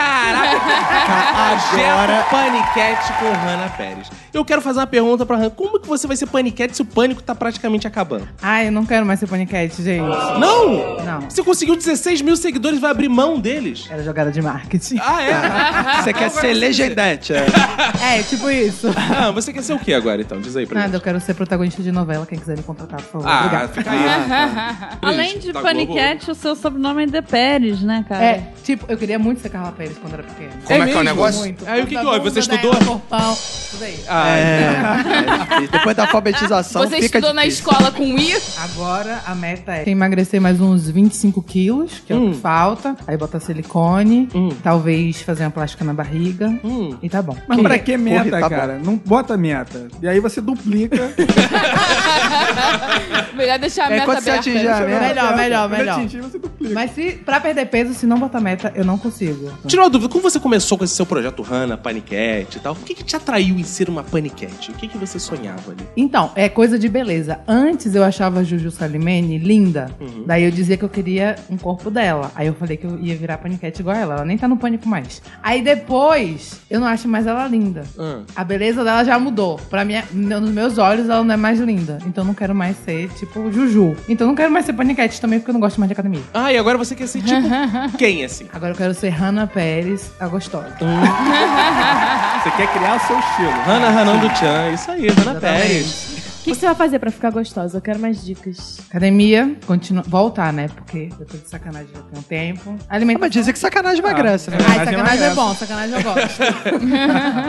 Agora... Paniquete com Hannah Pérez. Eu quero fazer uma pergunta pra Hannah. Como que você vai ser paniquete se o pânico tá praticamente acabando? Ai, eu não quero mais ser paniquete, gente. Não? Não. Você conseguiu 16 mil seguidores, vai abrir mão deles? Era jogada de marketing. Ah, é? Você quer Agora ser você- legendante, É, tipo isso. Ah, você quer ser o que agora, então? Diz aí pra mim. Nada, eu quero ser protagonista de novela, quem quiser me contratar, por favor. Ah, Obrigada. fica aí. Além de tá Da paniquete, o seu sobrenome é De Pérez, né, cara? É, tipo, eu queria muito ser Carla Pérez quando era pequena. Como é que é o mesmo? negócio? Muito. Aí o que que Ponta houve? Você bunda, estudou? né, corpão. Estudei. Tá, É, depois da alfabetização Você fica estudou na difícil. escola com I? Agora a meta é. Tem que emagrecer mais uns 25 quilos, que é Hum. o que falta. Aí botar silicone, talvez fazer uma plástica na barriga. Hum. E tá bom. Hum. Mas pra que meta, Porra, tá bom. cara? Não bota meta. E aí você duplica. Melhor deixar a É, meta quando você aberta. atingir a meta- Melhor, melhor, Quando melhor. atingir, tá você Mas se pra perder peso, se não botar meta, eu não consigo. Tá. Tirou uma dúvida, como você começou com esse seu projeto Hannah, paniquete e tal? O que, que te atraiu em ser uma paniquete? O que, que você sonhava ali? Então, é coisa de beleza. Antes eu achava a Juju Salimene linda. Uhum. Daí eu dizia que eu queria um corpo dela. Aí eu falei que eu ia virar paniquete igual ela. Ela nem tá no pânico mais. Aí depois, eu não acho mais ela linda. A beleza dela já mudou. Pra mim, no- nos meus olhos, ela não é mais linda. Então eu não quero mais ser, tipo, Juju. Então eu não quero mais ser paniquete também, porque eu não gosto mais de academia. Ah, e agora você quer ser tipo quem, assim? Agora eu quero ser Hannah Pérez, a gostosa. Você quer criar o seu estilo. Hannah Hanan do Tchan, isso aí, Hannah Pérez. O que, que você vai fazer pra ficar gostosa? Eu quero mais dicas. Academia, continua, voltar, né? Porque eu tô de sacanagem já tem um tempo. Alimentação. mas dizem que sacanagem Ah. emagrece, né? Sacanagem Ai, sacanagem é emagrece. bom, sacanagem eu gosto.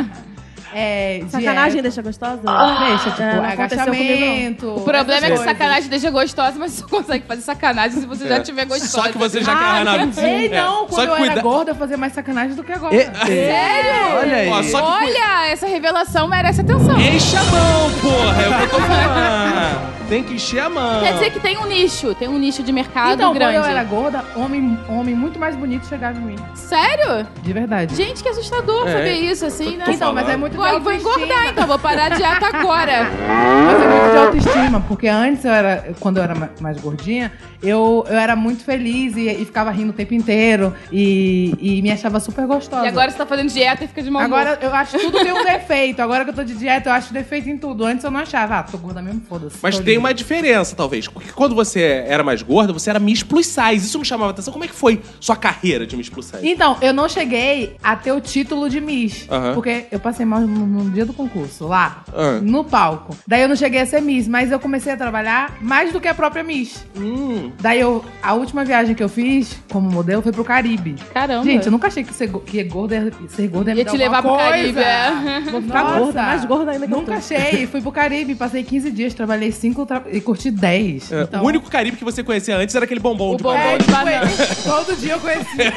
é, Sacanagem dieta. deixa gostosa? Deixa, tipo, É, não aconteceu agachamento. O problema é que essas sacanagem deixa gostosa, mas você consegue fazer sacanagem se você já É. tiver gostosa. Só que você já Ah, quer na- entendi. Ei, É, não, só quando eu cuida- era gorda, eu fazia mais sacanagem do que agora. É, E- e- Sério? Olha aí. Ó, só que- Olha, essa revelação merece atenção. Enche a mão, porra! É o que eu tô falando. Tem que encher a mão. Quer dizer que tem um nicho, tem um nicho de mercado então, grande. quando eu era gorda, homem, homem muito mais bonito chegava em mim. Sério? De verdade. Gente, que assustador É, saber isso, assim, né? tô Então, mas falando. é muito Vou, vou engordar, então. Vou parar a dieta agora. Mas é muito de autoestima, porque antes eu era, quando eu era ma- mais gordinha, eu, eu era muito feliz e, e ficava rindo o tempo inteiro e, e me achava super gostosa. E agora você tá fazendo dieta e fica de mau humor. Agora eu acho que tudo tem um defeito. Agora que eu tô de dieta, eu acho defeito em tudo. Antes eu não achava, ah, tô gorda mesmo, foda-se. Mas tô tem uma diferença, talvez. Porque quando você era mais gorda, você era Miss Plus Size. Isso me chamava a atenção. Como é que foi sua carreira de Miss Plus Size? Então, eu não cheguei a ter o título de Miss. Aham. Porque eu passei mal no, no dia do concurso, lá, Ah. no palco. Daí eu não cheguei a ser Miss, mas eu comecei a trabalhar mais do que a própria Miss. Hum. Daí eu, a última viagem que eu fiz como modelo foi pro Caribe. Caramba. Gente, eu nunca achei que ser, go- que é gorda, ia- ser gorda ia, me Então, Ia dar te alguma levar pro coisa. Caribe, é. Vou ficar Nossa. gorda, mais gorda ainda que eu Nunca tô. achei. Fui pro Caribe, passei 15 dias, trabalhei 5 e curti 10. É, Então- O único Caribe que você conhecia antes era aquele bombom de É, bombom. tipo, Todo dia eu conhecia.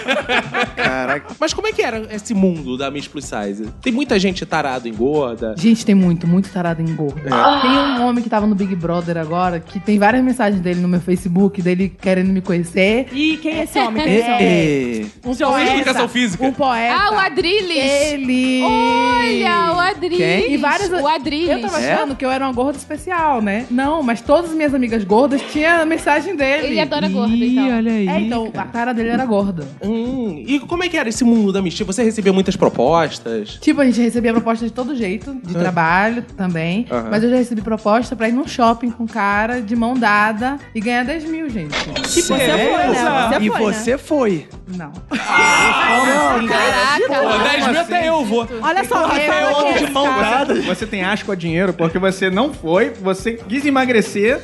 Caraca. Mas como é que era esse mundo da Miss Plus Size? Tem muita gente tarado em gorda. Gente, tem muito, muito tarado em gordo. É. Tem um homem que tava no Big Brother agora, que tem várias mensagens dele no meu Facebook, dele querendo me conhecer. E quem é esse homem? Quem é esse homem? Um Sem poeta. explicação física. Um poeta. Ah, o Adrilles. Ele. Olha, o Adrilles. E várias... O Adrilles. Eu tava É? achando que eu era uma gorda especial, né? Não, mas todas as minhas amigas gordas tinham a mensagem dele. Ele adora gorda, então. olha aí. É, então, a cara dele era gorda. Hum, e como é que era esse mundo da Miss? Você recebia muitas propostas? Tipo, a gente recebia proposta de todo jeito, de Ah. trabalho também. Aham. Mas eu já recebi proposta pra ir num shopping com cara, de mão dada, e ganhar 10 mil, gente. E você foi, né? E você foi. Não. Não, Caraca, Pô, mano. 10 mil até Assim, eu vou. Olha só, Até eu vou de mão dada. Você tem asco a dinheiro porque você não foi, você quis emagrecer.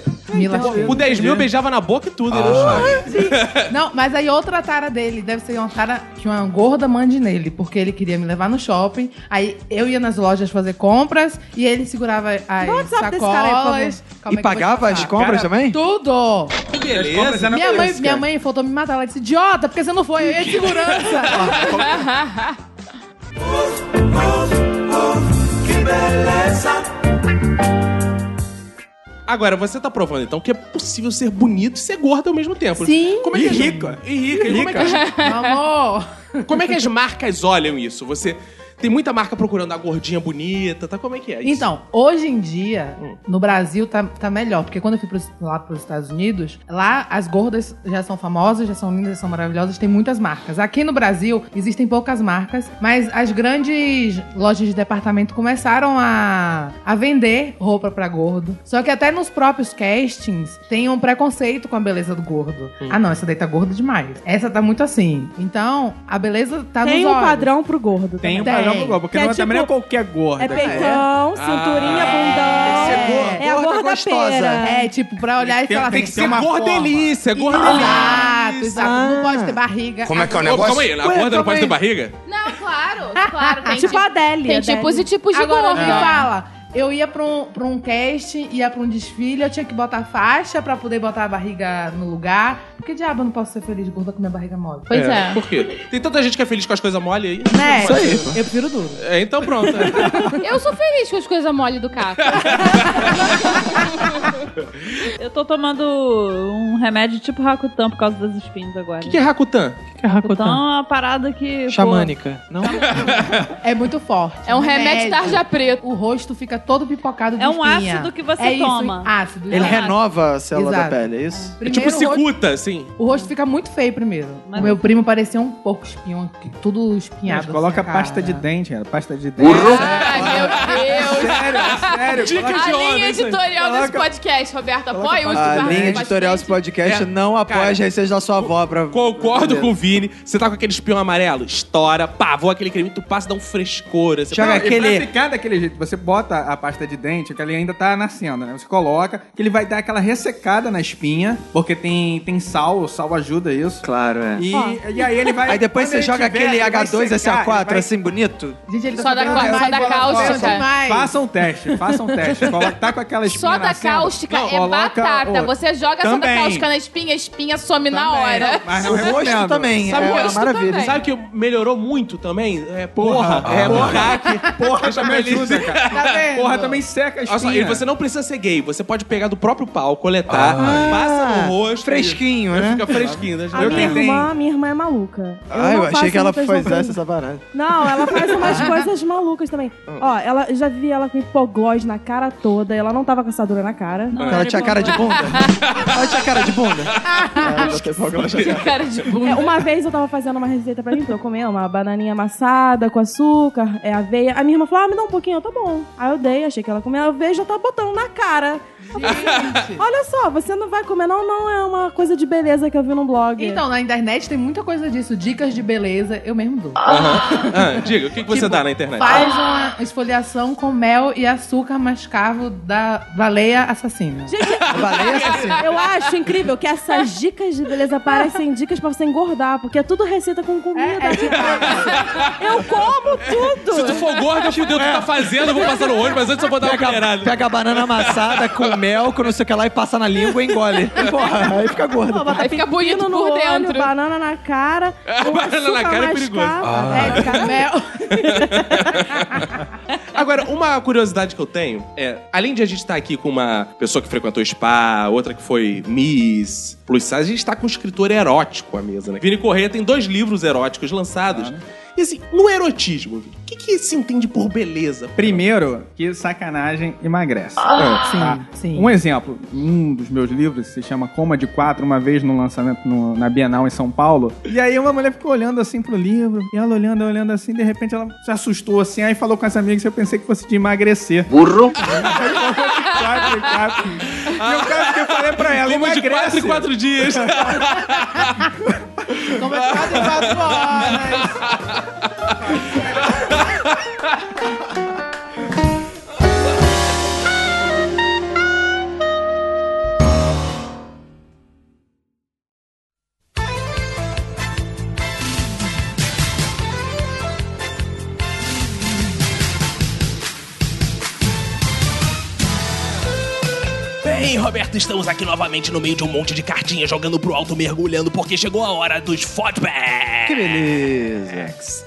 O 10 mil beijava na boca e tudo. ele não sabe. Não, mas aí outra tara dele, deve ser uma tara que uma gorda mande nele, porque ele queria me levar no shopping, aí eu ia nas lojas fazer compras e ele segurava as Dá o WhatsApp desse cara aí, por favor. sacolas. Calma aí que eu vou te E pagava as passar. compras também? Tudo! Que Tá beleza. Minha mãe, minha mãe faltou me matar. Ela disse, idiota, porque você não foi. Eu ia de segurança. Agora, você tá provando, então, que é possível ser bonito e ser gorda ao mesmo tempo. Sim. Como é que E as- rica. E rica. E Como, é que as... Amor. como é que as marcas olham isso? Você... Tem muita marca procurando a gordinha bonita, tá? Como é que é isso? Então, hoje em dia, Hum. no Brasil tá, tá melhor. Porque quando eu fui pros, lá pros Estados Unidos, lá as gordas já são famosas, já são lindas, já são maravilhosas, tem muitas marcas. Aqui no Brasil, existem poucas marcas, mas as grandes lojas de departamento começaram a, a vender roupa pra gordo. Só que até nos próprios castings, tem um preconceito com a beleza do gordo. Hum. Ah, não, essa daí tá gorda demais. Essa tá muito assim. Então, a beleza tá Tem nos um olhos. padrão pro gordo. Tem um também. padrão pro gordo, porque Que não é, tipo, também não é qualquer gorda. É Ah. peitão, cinturinha, é bundão. gorda, É a tá gorda gorda gostosa. pera. É, tipo, pra olhar e Tem- falar tem que ser uma é gordelícia, gordelícia. Ah, Exato, exato. Ah, Não pode ter barriga. Ô, Calma aí, a gorda não pode ter barriga? Não, claro, claro. Tem Tipo a Adele, Tem Adele. tipos e tipos de Agora, é. gorda. me fala. Eu ia pra um, pra um casting, ia pra um desfile, eu tinha que botar faixa pra poder botar a barriga no lugar. Por que diabo eu não posso ser feliz gorda com minha barriga mole? Então, É, é. Por quê? Tem tanta gente que é feliz com as coisas mole aí. Né? É Isso aí. Eu prefiro duro. É, então pronto. Eu sou feliz com as coisas mole do Caco. Eu tô tomando um remédio tipo Rakutan por causa das espinhas agora. O que é Rakutan? que é Rakutan? é uma parada que... pô, Tá não? É muito forte. É um remédio tarja preto. O rosto fica todo pipocado de É um espinha. ácido que você É isso, toma. ácido. Ele exato. é renova a célula Exato. da pele, é isso? É tipo Primeiro rosto- cicuta, assim. O rosto fica muito feio primeiro. O meu primo parecia um pouco espinho, tudo espinhado. Mas coloca assim, pasta cara. de dente, cara. Pasta de dente. Ai, meu Deus. Sério, é sério. Dica Coloca- de A linha isso aí. editorial desse Coloca- podcast, Roberto, apoia o uso A do linha barbeiro. editorial desse é, podcast não apoia as receitas da sua avó pra... Concordo com o Vini. Você tá com aquele espinho amarelo, estoura, pá, voa aquele creme, tu passa, dá um frescor. Você Não, Pá, E pra ficar daquele jeito, você bota a pasta de dente, que ele ainda tá nascendo, né? Você coloca, que ele vai dar aquela ressecada na espinha, porque tem, tem sal, o sal ajuda isso. Claro, é. E, e aí ele vai... Aí depois quando você ele joga tiver, aquele ele vai secar, H2SA4 ele vai- assim, bonito. Gente, ele tá Só da sabendo ca- demais, só da né? bola- cáustica. bola- demais. Faça um teste, faça um teste. Coloca, tá com aquela espinha Soda nascendo, cáustica é coloca batata. outra. Você joga Também. soda cáustica na espinha, a espinha some na Também. hora. Não, mas não recomendo. Sabe é o que- também. Sabe que melhorou muito também? É porra. Porra. é Porra. burraque. Porra também ajuda, cara. Tá vendo? Porra também seca a espinha. Olha só, e você não precisa ser gay, você pode pegar do próprio pau, coletar, passa no rosto. Ah. fresquinho, e né? Fica fresquinho, né? A minha irmã, minha irmã é maluca. Ah, eu não achei faço que ela muitas fazia loucuras. essa parada. Não, ela faz umas coisas malucas também. Ó, ela já via ela com hipogloss na cara toda. Ela não tava com assadura na cara. Ela tinha cara de bunda? Ela tinha cara de bunda? É, cara É de bunda. uma vez eu tava fazendo uma receita pra mim, pra eu comer uma bananinha amassada com açúcar, é aveia. A minha irmã falou: ah, me dá um pouquinho, eu, tá bom. Aí eu dei, achei que ela comeu, eu vejo, já tá botando na cara. Eu falei, Olha só, você não vai comer, não, não, é uma coisa de beleza que eu vi num blog. Então, na internet tem muita coisa disso. Dicas de beleza, eu mesmo dou. Aham. Ah, tá. diga, o que, que você dá na internet? Faz uma esfoliação com mel e açúcar mascavo da baleia assassina. assim. Eu acho incrível que essas dicas de beleza parecem dicas pra você engordar, porque é tudo receita com comida. É, tipo. Eu como tudo! Se tu for gorda, fudeu, tu tá fazendo, eu vou passar no olho, mas antes eu vou dar uma colherada. Pega a banana amassada com mel, com não sei o que lá, e passa na língua e engole. Porra, aí fica gorda. Bota porra. pepino Tá no olho, banana na cara. o Banana na açúcar cara é perigoso. mascavo. Ah. É, cara, mel. Agora, uma curiosidade que eu tenho é, além de a gente estar aqui com uma pessoa que frequentou spa, outra que foi Miss, plus size, a gente está com um escritor erótico à mesa, né? Vini Correia tem dois livros eróticos lançados. E assim, no erotismo, Vini, o que, que se entende por beleza? Primeiro, que sacanagem emagrece. Ah, É, sim, tá? sim. Um exemplo, um dos meus livros se chama Coma de Quatro, uma vez no lançamento no- na Bienal em São Paulo. E aí uma mulher ficou olhando assim pro livro, e ela olhando, olhando assim, de repente ela se assustou assim, aí falou com as amigas, eu pensei que fosse de emagrecer. Burro! E o cara que eu falei pra ela, Como de emagrece. quatro em quatro dias. Como é que faz em quatro horas? Bem, Roberto, estamos aqui novamente no meio de um monte de cartinhas jogando pro alto, mergulhando, porque chegou a hora dos fodbacks. Que beleza.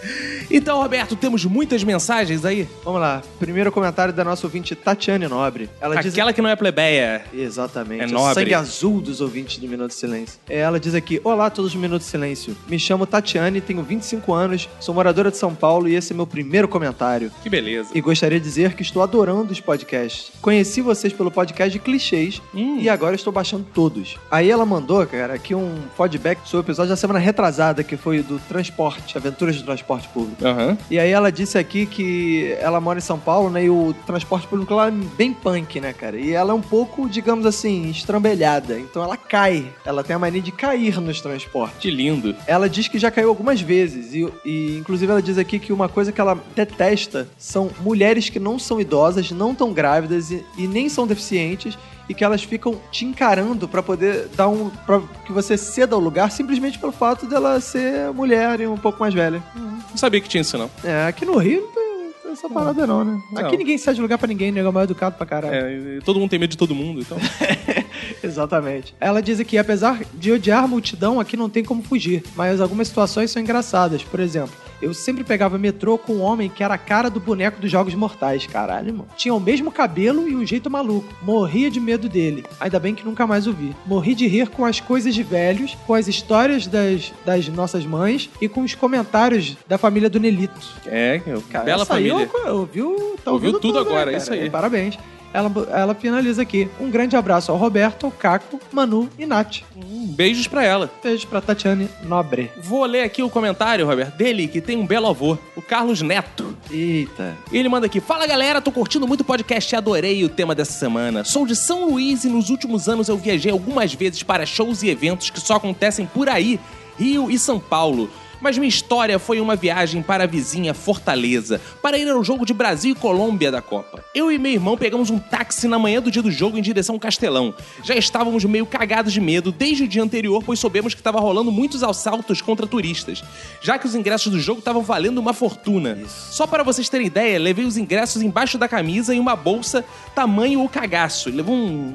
Então, Roberto, temos muitas mensagens aí. Vamos lá. Primeiro comentário da nossa ouvinte Tatiane Nobre. Ela diz Aquela que não é plebeia. Exatamente. É o nobre. Sangue azul dos ouvintes do Minuto de Silêncio. É, Ela diz aqui: Olá, a todos do Minuto de Silêncio. Me chamo Tatiane, tenho 25 anos, sou moradora de São Paulo e esse é meu primeiro comentário. Que beleza. E gostaria de dizer que estou adorando os podcasts. Conheci vocês pelo podcast de clichês hum. Hum. e agora estou baixando todos. Aí ela mandou, cara, aqui um feedback sobre o episódio da semana retrasada, que foi o do transporte, aventuras do transporte público. E aí ela disse aqui que ela mora em São Paulo, né? E o transporte público lá é bem punk, né, cara? E ela é um pouco, digamos assim, estrambelhada. Então ela cai. Ela tem a mania de cair nos transportes. Que lindo. Ela diz que já caiu algumas vezes. E, e, inclusive ela diz aqui que uma coisa que ela detesta são mulheres que não são idosas, não tão grávidas e, e nem são deficientes. E que elas ficam te encarando pra poder dar um. pra que você ceda o lugar simplesmente pelo fato dela ser mulher e um pouco mais velha. Não sabia que tinha isso, não. É, aqui no Rio não tem, tem essa parada não, né? Não. Aqui ninguém cede lugar pra ninguém, nego é mal educado pra caralho. É, e todo mundo tem medo de todo mundo, então. Exatamente. Ela diz aqui, apesar de odiar a multidão, aqui não tem como fugir, mas algumas situações são engraçadas. Por exemplo, eu sempre pegava metrô com um homem que era a cara do boneco dos Jogos Mortais, caralho, mano. Tinha o mesmo cabelo e um jeito maluco. Morria de medo dele. Ainda bem que nunca mais o vi. Morri de rir com as coisas de velhos, com as histórias das, das nossas mães e com os comentários da família do Nelito. É, Cara, bela essa aí família. Eu, ouviu, tá Ouviu ouvindo tudo agora, né, é isso cara? aí. Parabéns. Ela, ela finaliza aqui. Um grande abraço ao Roberto, ao Caco, Manu e Nath. Um Beijos pra ela. Beijo pra Tatiane Nobre. Vou ler aqui o comentário, Roberto, dele que tem um belo avô, o Carlos Neto. Eita. Ele manda aqui: Fala galera, tô curtindo muito o podcast e adorei o tema dessa semana. Sou de São Luís e nos últimos anos eu viajei algumas vezes para shows e eventos que só acontecem por aí, Rio e São Paulo. Mas minha história foi uma viagem para a vizinha Fortaleza, para ir ao jogo de Brasil e Colômbia da Copa. Eu e meu irmão pegamos um táxi na manhã do dia do jogo em direção ao Castelão. Já estávamos meio cagados de medo desde o dia anterior, pois soubemos que estava rolando muitos assaltos contra turistas, já que os ingressos do jogo estavam valendo uma fortuna. Só para vocês terem ideia, levei os ingressos embaixo da camisa e uma bolsa tamanho ou cagaço. Levou um-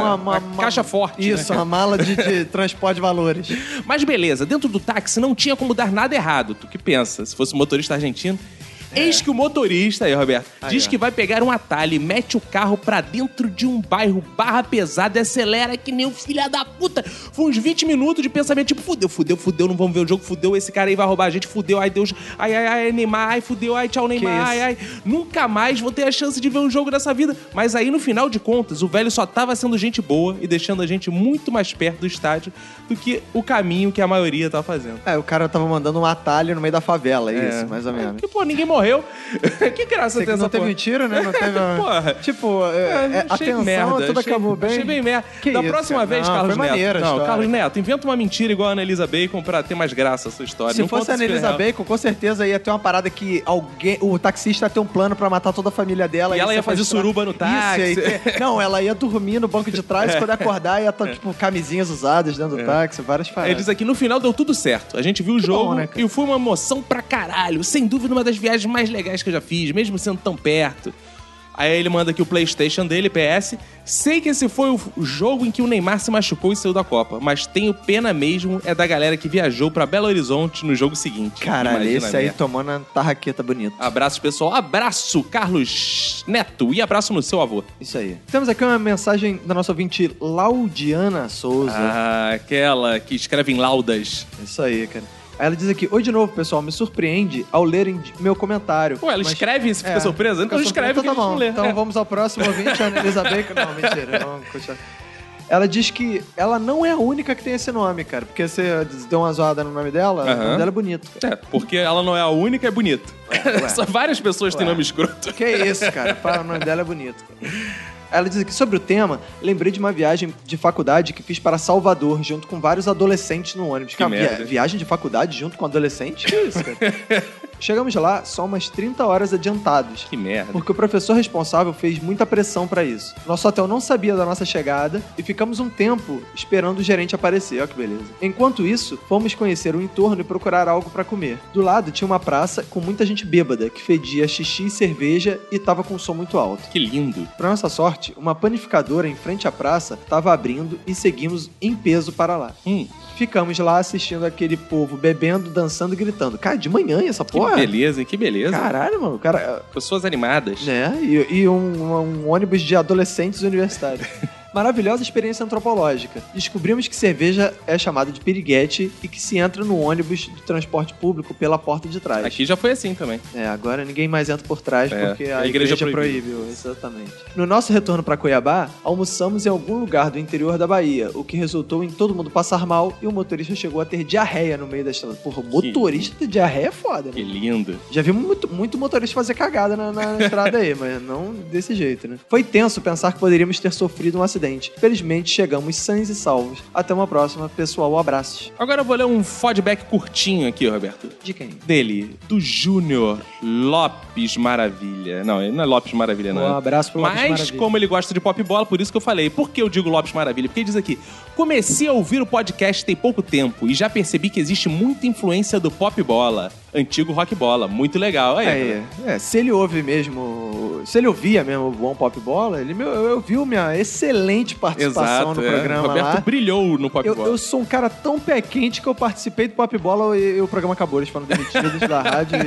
uma, uma caixa forte. Isso, né? uma mala de, de transporte de valores. Mas beleza, dentro do táxi não tinha como dar nada errado. Tu que pensa, se fosse um motorista argentino. Eis que o motorista, aí, Roberto, Aí, diz ó. que vai pegar um atalho e mete o carro pra dentro de um bairro barra pesada e acelera que nem um filha da puta. Foi uns 20 minutos de pensamento, tipo, fudeu, fudeu, fudeu, não vamos ver o jogo, fudeu, esse cara aí vai roubar a gente, fudeu, ai Deus, ai, ai, ai, Neymar, ai, fudeu, ai, tchau, Neymar, isso? ai, ai. Nunca mais vou ter a chance de ver um jogo dessa vida. Mas aí, no final de contas, o velho só tava sendo gente boa e deixando a gente muito mais perto do estádio do que o caminho que a maioria tá fazendo. É, o cara tava mandando um atalho no meio da favela, é É. isso, mais ou menos. Que, pô, ninguém morreu. que Sei graça tem que essa não teve porra? um tiro, né? Não teve uma- Porra. Tipo, É, é, é, achei atenção, merda, tudo achei- acabou bem. Achei bem merda. Que da isso, próxima cara? vez, Não, Carlos foi maneiro Neto. a Não, história. Carlos Neto, inventa uma mentira igual a Anelisa Bacon pra ter mais graça a sua história. Se Não fosse conta a esse Anelisa filme real. Bacon, com certeza ia ter uma parada que alguém, o taxista ia ter um plano pra matar toda a família dela. E ela se ia fazer afastar. suruba no táxi. Isso, ia ter- não, ela ia dormir no banco de trás, É. quando acordar ia estar, tipo, camisinhas usadas dentro do táxi, várias Ele paradas. diz aqui, no final deu tudo certo. A gente viu o jogo bom, né, e foi uma emoção pra caralho. Sem dúvida, uma das viagens mais legais que eu já fiz, mesmo sendo tão perto. Aí ele manda aqui o Playstation dele, PS. Sei que esse foi o f- o jogo em que o Neymar se machucou e saiu da Copa, mas tenho pena mesmo é da galera que viajou pra Belo Horizonte no jogo seguinte. Caralho, Imagina né? Ah, esse a aí merda. tomando a tarraqueta bonita. Abraço, pessoal. Abraço, Carlos Neto. E abraço no seu avô. Isso aí. Temos aqui uma mensagem da nossa ouvinte Laudiana Souza. Ah, aquela que escreve em laudas. Isso aí, cara. Aí ela diz aqui, oi de novo, pessoal, me surpreende ao lerem de- meu comentário. Ué, ela escreve e você fica surpresa? Então escreve é, então, que tá eles bom. não lê. Então É. vamos ao próximo ouvinte, a Anelisa Bacon. Não, mentira, vamos continuar. Ela diz que ela não é a única que tem esse nome, cara. Porque você deu uma zoada no nome dela, o Aham. nome dela é bonito. É, porque ela não é a única, é bonito. Só várias pessoas têm nome escroto. Que isso, cara. Fala, o nome dela é bonito. cara. Ela diz aqui, sobre o tema, lembrei de uma viagem de faculdade que fiz para Salvador, junto com vários adolescentes no ônibus. Que Cara, via- merda. viagem de faculdade junto com adolescente? Que isso, cara? Chegamos lá só umas 30 horas adiantados. Que merda. Porque o professor responsável fez muita pressão pra isso. Nosso hotel não sabia da nossa chegada e ficamos um tempo esperando o gerente aparecer. Olha que beleza. Enquanto isso, fomos conhecer o entorno e procurar algo pra comer. Do lado tinha uma praça com muita gente bêbada que fedia xixi e cerveja e tava com som muito alto. Que lindo. Pra nossa sorte, uma panificadora em frente à praça tava abrindo e seguimos em peso para lá. Hum, Ficamos lá assistindo aquele povo bebendo, dançando e gritando. Cara, de manhã essa Que porra? beleza, hein? que beleza. Caralho, mano, cara. Pessoas animadas. É, e, e um, um ônibus de adolescentes universitários. Maravilhosa experiência antropológica. Descobrimos que cerveja é chamada de piriguete e que se entra no ônibus do transporte público pela porta de trás. Aqui já foi assim também. É, agora ninguém mais entra por trás É, porque a, a igreja igreja, proíbe. proíbe. Exatamente. No nosso retorno pra Cuiabá, almoçamos em algum lugar do interior da Bahia, o que resultou em todo mundo passar mal e o motorista chegou a ter diarreia no meio da estrada. Porra, motorista ter diarreia é foda, né? Que lindo. Já vimos muito, muito motorista fazer cagada na, na estrada aí, mas não desse jeito, né? Foi tenso pensar que poderíamos ter sofrido um acidente. Felizmente chegamos sãs e salvos. Até uma próxima, pessoal. Abraços. Agora eu vou ler um feedback curtinho aqui, Roberto. De quem? Dele, do Júnior Lopes Maravilha. Não, ele não é Lopes Maravilha, não. Um abraço pro Lopes Mas, Maravilha. como ele gosta de pop bola, por isso que eu falei. Por que eu digo Lopes Maravilha? Porque ele diz aqui: comecei a ouvir o podcast tem pouco tempo e já percebi que existe muita influência do pop bola, antigo rock bola. Muito legal. Aí, né? Aí, é, se ele ouve mesmo. Se ele ouvia mesmo o Bom Pop Bola, ele me- eu, eu vi minha excelente participação Exato, no é. programa. Roberto lá. brilhou no pop eu, bola. eu sou um cara tão pé quente que eu participei do Pop Bola e, e o programa acabou. Eles foram demitidos da rádio.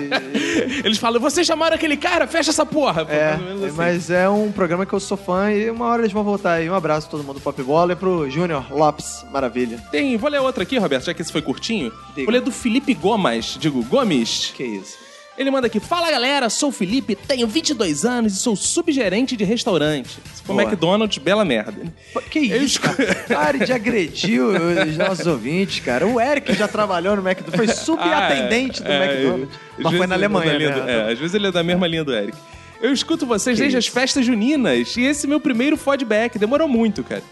Eles falam, vocês chamaram aquele cara, fecha essa porra. É, Pelo menos assim. mas é um programa que eu sou fã e uma hora eles vão voltar aí. Um abraço a todo mundo do Pop Bola e pro Júnior Lopes. Maravilha. Tem, vou ler outra aqui, Roberto, já que esse foi curtinho. Vou ler do Felipe Gomes, digo, Gomes. Que isso. Ele manda aqui, fala galera, sou o Felipe, tenho 22 anos e sou subgerente de restaurante. Se for Boa. McDonald's, bela merda. né? Que isso, cara? Pare de agredir os nossos ouvintes, cara. O Eric já trabalhou no McDonald's, foi subatendente do Ah, é, é, McDonald's. às Mas foi vezes na ele é da Alemanha, linha né? do- é, às vezes ele é da mesma linha do Eric. Eu escuto vocês Que desde isso. as festas juninas e esse meu primeiro feedback demorou muito, cara.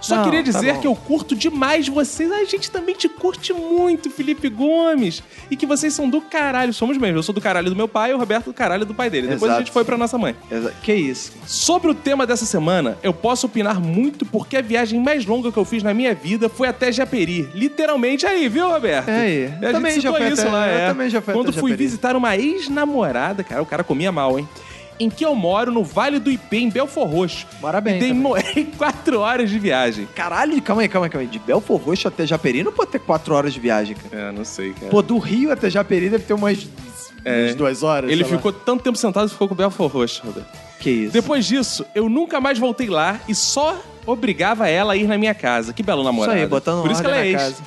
Só Não, tá queria dizer bom. que eu curto demais vocês. A gente também te curte muito, Felipe Gomes. E que vocês são do caralho. Somos mesmo. Eu sou do caralho do meu pai e o Roberto do caralho do pai dele. Depois a Exato. gente foi pra nossa mãe. Que isso. Sobre o tema dessa semana, eu posso opinar muito porque a viagem mais longa que eu fiz na minha vida foi até Japeri. Literalmente aí, viu, Roberto? É aí. A gente Também já citou fui isso até- lá, eu é. também já fui Quando até fui Japeri. visitar uma ex-namorada, cara, o cara comia mal, hein? Em que eu moro no Vale do Ipê, em Belfor Roxo. Mora bem E dei também. mo- quatro horas de viagem. Caralho, calma aí, calma aí, calma aí. De Belfor Roxo até Japeri não pode ter quatro horas de viagem, cara. É, não sei, cara. Pô, do Rio até Japeri deve ter umas É. Umas duas horas. Ele sei lá. ficou tanto tempo sentado e ficou com belfa roxa, Roberto. Que isso. Depois disso, eu nunca mais voltei lá e só obrigava ela a ir na minha casa. Que belo namorado. aí, botando Por isso que ela é ordem na ex.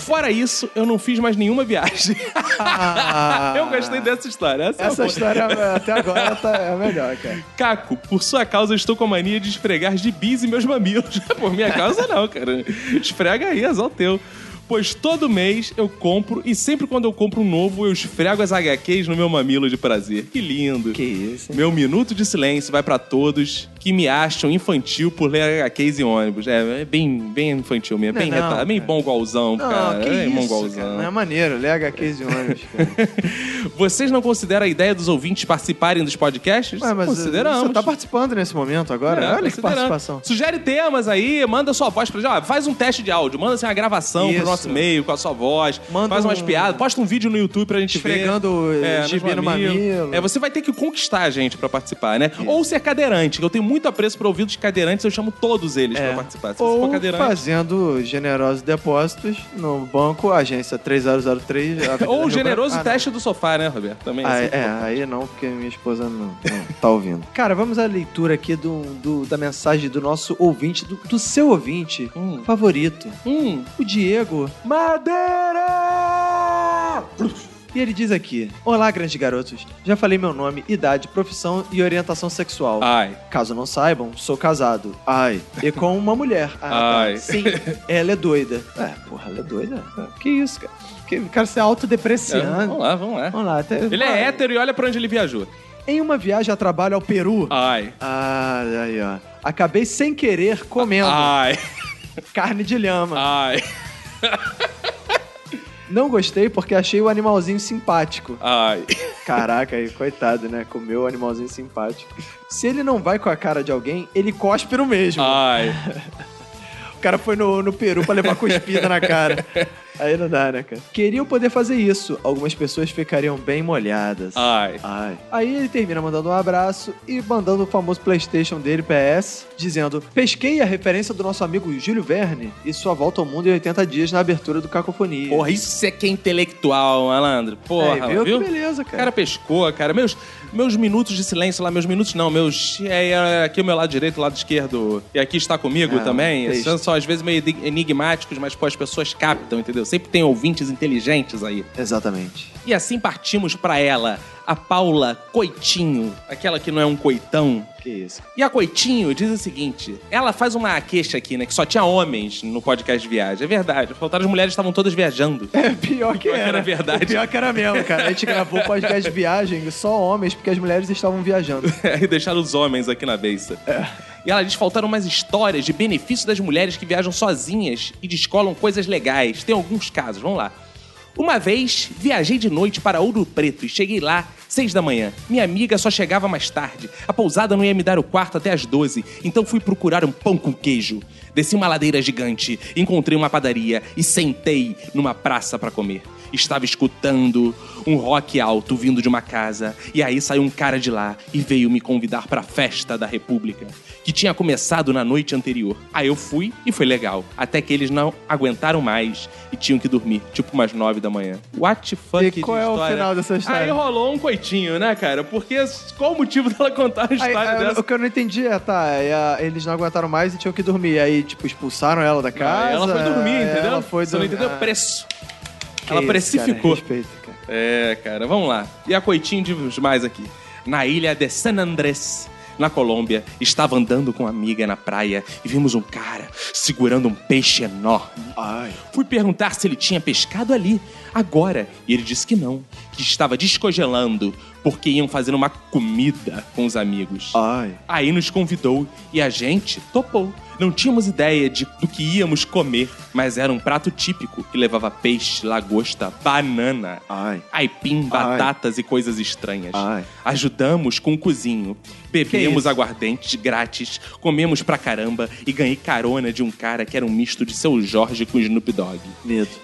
Fora isso, eu não fiz mais nenhuma viagem. eu gostei dessa história. Essa, é Ah. Essa boa. história até agora tá, é a melhor, cara. Caco, por sua causa estou com a mania de esfregar gibis e meus mamilos. por minha causa não, cara. Esfrega aí, azar o teu. Pois todo mês eu compro e sempre quando eu compro um novo eu esfrego as HQs no meu mamilo de prazer. Que lindo. Que isso. Meu minuto de silêncio vai pra todos que me acham infantil por ler HQs em ônibus. É, é bem, bem infantil mesmo, Não é bem não, retardado, bem mongolzão, Não, cara. que é isso, mongolzão. cara. Não é maneiro. Lê HQs de ônibus. Vocês não consideram a ideia dos ouvintes participarem dos podcasts? Ué, mas Consideramos. Você tá participando nesse momento agora? É, Olha que considerando. participação. Sugere temas aí, manda sua voz pra gente. Ó, faz um teste de áudio, manda assim, uma gravação Isso. pro nosso e-mail com a sua voz. faz umas um- piadas, posta um vídeo no YouTube pra gente Esfregando, ver. É, eh, nos gibi no mamilo. É, você vai ter que conquistar a gente pra participar, né? Ou ser cadeirante, que eu tenho muito apreço por ouvidos de cadeirantes, eu chamo todos eles É. pra participar. Se você Ou for cadeirante. fazendo generosos depósitos no banco, agência 3003. Avenida Ou o Rio generoso Branco. Ah, teste do sofá, né, Roberto? Também. Ah, assim, é, aí não, porque minha esposa não, não tá ouvindo. Cara, vamos à leitura aqui do, do- da mensagem do nosso ouvinte, do, do seu ouvinte favorito. O Diego Madeira! E ele diz aqui: Olá, grandes garotos. Já falei meu nome, idade, profissão e orientação sexual. Ai. Caso não saibam, sou casado. Ah. Ai. E com uma mulher. Ah, tá. Ai. Sim, ela é doida. É, porra, ela é doida? Que isso, cara? Que, cara, você é É, autodepreciando. vamos lá, vamos lá. Vamos lá, até. Ele é hétero e olha pra onde ele viajou. Em uma viagem a trabalho ao Peru. Ai. Ah, aí, ó. Acabei sem querer comendo. Ai. Carne de lhama. Ai. Não gostei porque achei o animalzinho simpático. Ai. Caraca, aí, coitado, né? Comeu o animalzinho simpático. Se ele não vai com a cara de alguém, ele cospe no mesmo. Ai. O cara foi no, no Peru pra levar cuspida na cara. Aí não dá, né, cara? Queriam poder fazer isso. Algumas pessoas ficariam bem molhadas. Ai. Ai. Aí ele termina mandando um abraço e mandando o famoso PlayStation dele, PS, dizendo: Pesquei a referência do nosso amigo Júlio Verne e sua volta ao mundo em 80 dias na abertura do Cacofonia. Porra, isso é que é intelectual, malandro. Porra, Aí, É, viu? viu? Que beleza, O cara. cara pescou, cara. Meus, meus minutos de silêncio lá, meus minutos não, meus. É, é, aqui o meu lado direito, o lado esquerdo. E aqui está comigo Ah, também. texto. São, são às vezes meio de- enigmáticos, mas pô, as pessoas captam, entendeu? Sempre tem ouvintes inteligentes aí. Exatamente. E assim partimos pra ela, a Paula Coitinho, aquela que não é um coitão. Que isso. E a Coitinho diz o seguinte: ela faz uma queixa aqui, né? Que só tinha homens no podcast de viagem. É verdade. Faltaram as mulheres estavam todas viajando. É pior que era. verdade. O pior que era mesmo, cara. A gente gravou o podcast de viagem só homens, porque as mulheres estavam viajando. e deixaram os homens aqui na beça. E ela diz: faltaram umas histórias de benefício das mulheres que viajam sozinhas e descolam coisas legais. Tem alguns casos, vamos lá. Uma vez, viajei de noite para Ouro Preto e cheguei lá seis da manhã. Minha amiga só chegava mais tarde. A pousada não ia me dar o quarto até as 12, então fui procurar um pão com queijo. Desci uma ladeira gigante, encontrei uma padaria e sentei numa praça para comer. Estava escutando um rock alto vindo de uma casa, e aí saiu um cara de lá e veio me convidar para a festa da República, que tinha começado na noite anterior. Aí eu fui e foi legal, até que eles não aguentaram mais e tinham que dormir, tipo umas nove da manhã. What the fuck de Qual é o história? final dessa história? Aí rolou um coitinho, né, cara? Porque qual o motivo dela contar a Aí, história aí, dessa? o que eu não entendi é, tá, aí, ah, eles não aguentaram mais e tinham que dormir. Aí, tipo, expulsaram ela da casa. Ah, ela foi dormir, aí entendeu? Ela foi Você não dormir. entendeu? Ah, Preço. que Ela isso, precificou. cara, é respeito, cara. É, cara, vamos lá. E a coitinho de mais aqui. Na ilha de San Andrés, na Colômbia, estava andando com uma amiga na praia e vimos um cara segurando um peixe enorme. Fui perguntar se ele tinha pescado ali, agora, e ele disse que não, que estava descongelando porque iam fazer uma comida com os amigos. Aí nos convidou e a gente topou. Não tínhamos ideia de, do que íamos comer, mas era um prato típico que levava peixe, lagosta, banana, aipim, batatas e coisas estranhas. Ajudamos com o cozinho, bebemos isso? aguardente grátis, comemos pra caramba e ganhei carona de um cara que era um misto de seu Jorge com Snoop Dogg.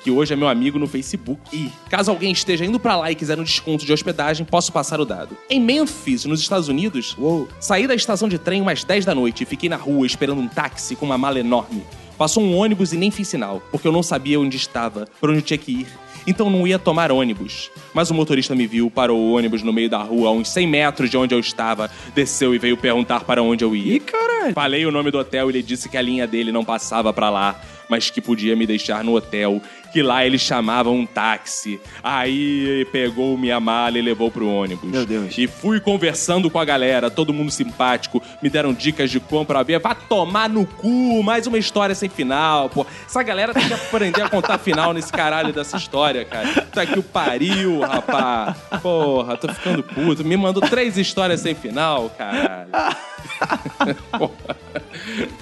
Que hoje é meu amigo no Facebook. E caso alguém esteja indo pra lá e quiser um desconto de hospedagem, posso passar o dado. Em Memphis, nos Estados Unidos, saí da estação de trem umas 10 da noite e fiquei na rua esperando um táxi com uma mala enorme. Passou um ônibus e nem fiz sinal, porque eu não sabia onde estava, pra onde eu tinha que ir. então não ia tomar ônibus. Mas o motorista me viu, parou o ônibus no meio da rua, a uns 100 metros de onde eu estava, desceu e veio perguntar para onde eu ia. Ih, caralho! Falei o nome do hotel e ele disse que a linha dele não passava para lá, mas que podia me deixar no hotel, que lá ele chamava um táxi. Aí pegou minha mala e levou pro ônibus. Meu Deus. E fui conversando com a galera, todo mundo simpático, me deram dicas de compra, ver, vá tomar no cu, mais uma história sem final, pô. Essa galera tem que aprender a contar final nesse caralho dessa história, cara. Tá aqui o pariu, rapá. Porra, tô ficando puto. Me mandou três histórias sem final, caralho.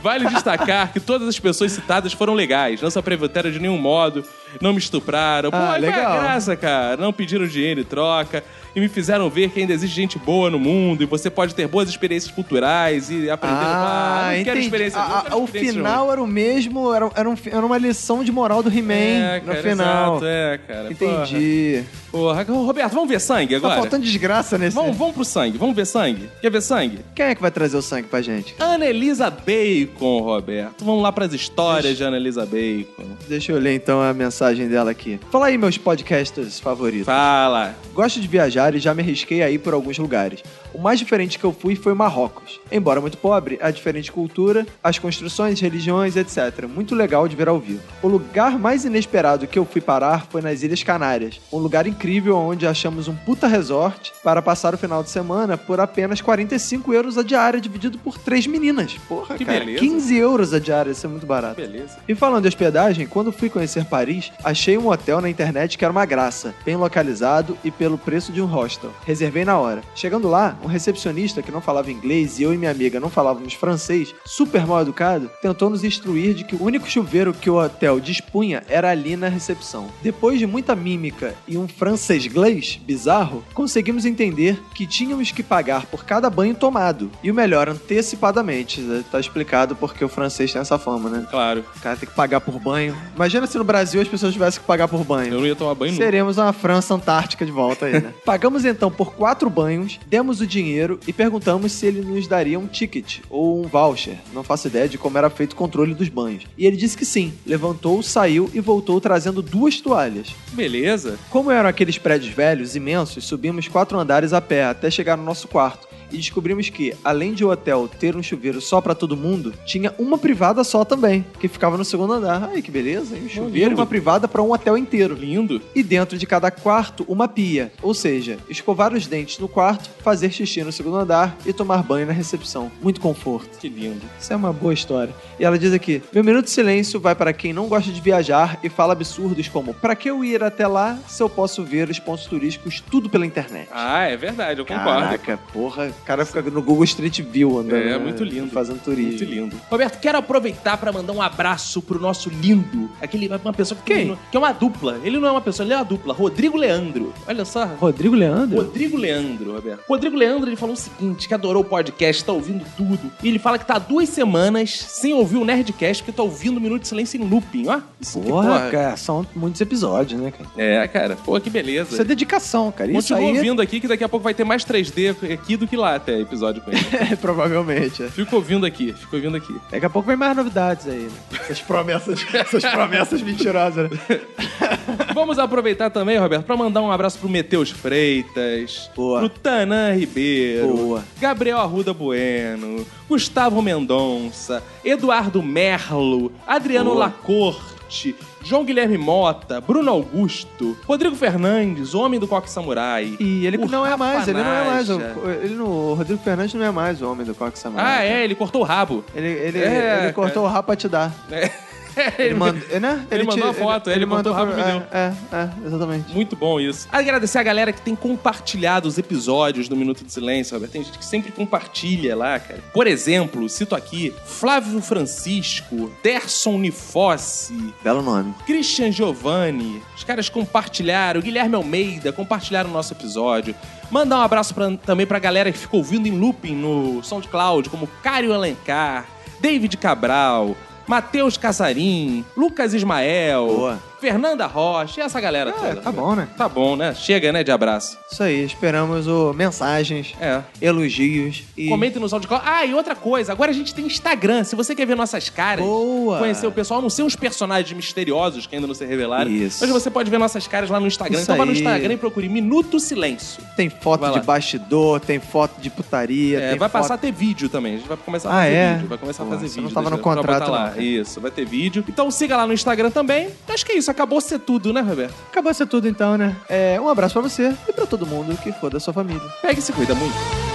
Vale destacar que todas as pessoas citadas foram legais, não se aproveitaram de nenhum modo, não me estupraram. Pô, Ah, aí vai a legal. graça, cara. Não pediram dinheiro em troca. E me fizeram ver que ainda existe gente boa no mundo e você pode ter boas experiências culturais e aprender. Ah, não quero entendi. experiência. A- não a- quero o experiência final era o mesmo, era, era, um fi- era uma lição de moral do He-Man É, no cara, final. exato, é, cara. Entendi. Tá Porra. Porra, Roberto, vamos ver sangue agora? faltando desgraça nesse. Vamos, vamos pro sangue, vamos ver sangue. Quer ver sangue? Quem é que vai trazer o sangue pra gente? Anelisa Bacon, Roberto. Vamos lá pras histórias de Anelisa Bacon. Deixa eu ler então a mensagem dela aqui. Fala aí, meus podcasters favoritos. Fala. Gosto de viajar e já me arrisquei aí por alguns lugares. O mais diferente que eu fui foi Marrocos. Embora muito pobre, a diferente cultura, as construções, religiões, etc. Muito legal de ver ao vivo. O lugar mais inesperado que eu fui parar foi nas Ilhas Canárias. Um lugar incrível onde achamos um puta resort para passar o final de semana por apenas 45 euros a diária, dividido por três meninas. Porra, Que cara. beleza. 15 euros a diária, isso é muito barato. Beleza. E falando de hospedagem, quando fui conhecer Paris, achei um hotel na internet que era uma graça, bem localizado e pelo preço de um hostel. Reservei na hora. Chegando lá, um recepcionista que não falava inglês e eu e minha amiga não falávamos francês, super mal educado, tentou nos instruir de que o único chuveiro que o hotel dispunha era ali na recepção. Depois de muita mímica e um francês inglês bizarro, conseguimos entender que tínhamos que pagar por cada banho tomado. E o melhor, antecipadamente. Tá explicado porque o francês tem essa fama, né? Claro. O cara tem que pagar por banho. Imagina se no Brasil as pessoas tivessem que pagar por banho. Eu não ia tomar banho nunca. Seremos uma França Antártica de volta aí, né? Pagamos então por quatro banhos, demos o dinheiro e perguntamos se ele nos daria um ticket ou um voucher. Não faço ideia de como era feito o controle dos banhos. E ele disse que sim. Levantou, saiu e voltou trazendo duas toalhas. Beleza. Como eram aqueles prédios velhos, imensos, subimos quatro andares a pé até chegar no nosso quarto e descobrimos que, além de o hotel ter um chuveiro só pra todo mundo, tinha uma privada só também, que ficava no segundo andar. Ai, que beleza, hein? um chuveiro e lindo. uma privada pra um hotel inteiro. Lindo. E dentro de cada quarto, uma pia, ou seja, escovar os dentes no quarto, fazer xixi no segundo andar e tomar banho na recepção. Muito conforto. Que lindo. Isso é uma boa história. E ela diz aqui: Meu minuto de silêncio vai para quem não gosta de viajar e fala absurdos como: Pra que eu ir até lá se eu posso ver os pontos turísticos tudo pela internet? Ah, é verdade, eu concordo. Caraca, porra, o cara fica no Google Street View andando. É, né, muito lindo. Fazendo turismo. Muito lindo. Roberto, quero aproveitar pra mandar um abraço pro nosso lindo, aquele uma pessoa que Quem? que é uma dupla. Ele não é uma pessoa, ele é uma dupla. Rodrigo Leandro. Olha só. Rodrigo Leandro? Rodrigo Leandro, Roberto. Rodrigo Leandro, ele falou o seguinte, que adorou o podcast, tá ouvindo tudo. E ele fala que tá há duas semanas sem ouvir o Nerdcast, porque tá ouvindo o Minuto de Silêncio em looping, ó. Isso que Porra, cara, são muitos episódios, né, cara? É, cara. Pô, que beleza. Isso é dedicação, cara. Isso Continua aí ouvindo aqui, que daqui a pouco vai ter mais 3D aqui do que lá até episódio com ele. é, provavelmente. é. Fico ouvindo aqui, fico ouvindo aqui. Daqui a pouco vem mais novidades aí, né? Essas promessas, essas promessas mentirosas, né? Vamos aproveitar também, Roberto, pra mandar um abraço pro Meteus Freitas, pro Tanã Ribeiro, Gabriel Arruda Bueno, Gustavo Mendonça, Eduardo Merlo, Adriano Boa. Lacorte, João Guilherme Mota, Bruno Augusto, Rodrigo Fernandes, Homem do Coque Samurai. E ele o não é mais, ele não é mais. Rapanagem. O, ele não, o Rodrigo Fernandes não é mais o homem do Coque Samurai. Ah, é, ele cortou o rabo. Ele, Ele, É, ele cortou o rabo pra te dar. Ele, mandou, né? Ele mandou te- a foto, ele cortou o rabo e me é, deu. É, é, exatamente. Muito bom isso. Agradecer a galera que tem compartilhado os episódios do Minuto de Silêncio, Roberto. Tem gente que sempre compartilha lá, cara. Por exemplo, cito aqui Flávio Francisco, Derson Nifosse, Belo nome. Christian Giovanni. Os caras compartilharam, Guilherme Almeida compartilharam o nosso episódio. Mandar um abraço pra- também pra galera que ficou ouvindo em looping no SoundCloud, como Cário Alencar, David Cabral, Matheus Casarim, Lucas Ismael, Fernanda Rocha e essa galera toda. Tá bom, né? Tá bom, né? Chega, né, de abraço. É. Isso aí, esperamos o mensagens, elogios e. Comentem no SoundCloud. Ah, e outra coisa, agora a gente tem Instagram. Se você quer ver nossas caras, conhecer o pessoal, a não ser os personagens misteriosos que ainda não se revelaram, Isso. mas você pode ver nossas caras lá no Instagram. Isso então vai no aí. Instagram e procure Minuto Silêncio. Tem foto de bastidor, tem foto de putaria. É, tem vai foto- passar a ter vídeo também. A gente vai começar a Ah, fazer é? vídeo. Vai começar Pô, a fazer você vídeo. não tava no deixa eu botar contrato, lá. não, cara. Isso, vai ter vídeo. Então siga lá no Instagram também. Acho que é isso. Acabou ser tudo, né, Roberto? Acabou ser tudo então, né? É, um abraço pra você e pra todo mundo que for da sua família. Pega e se cuida muito.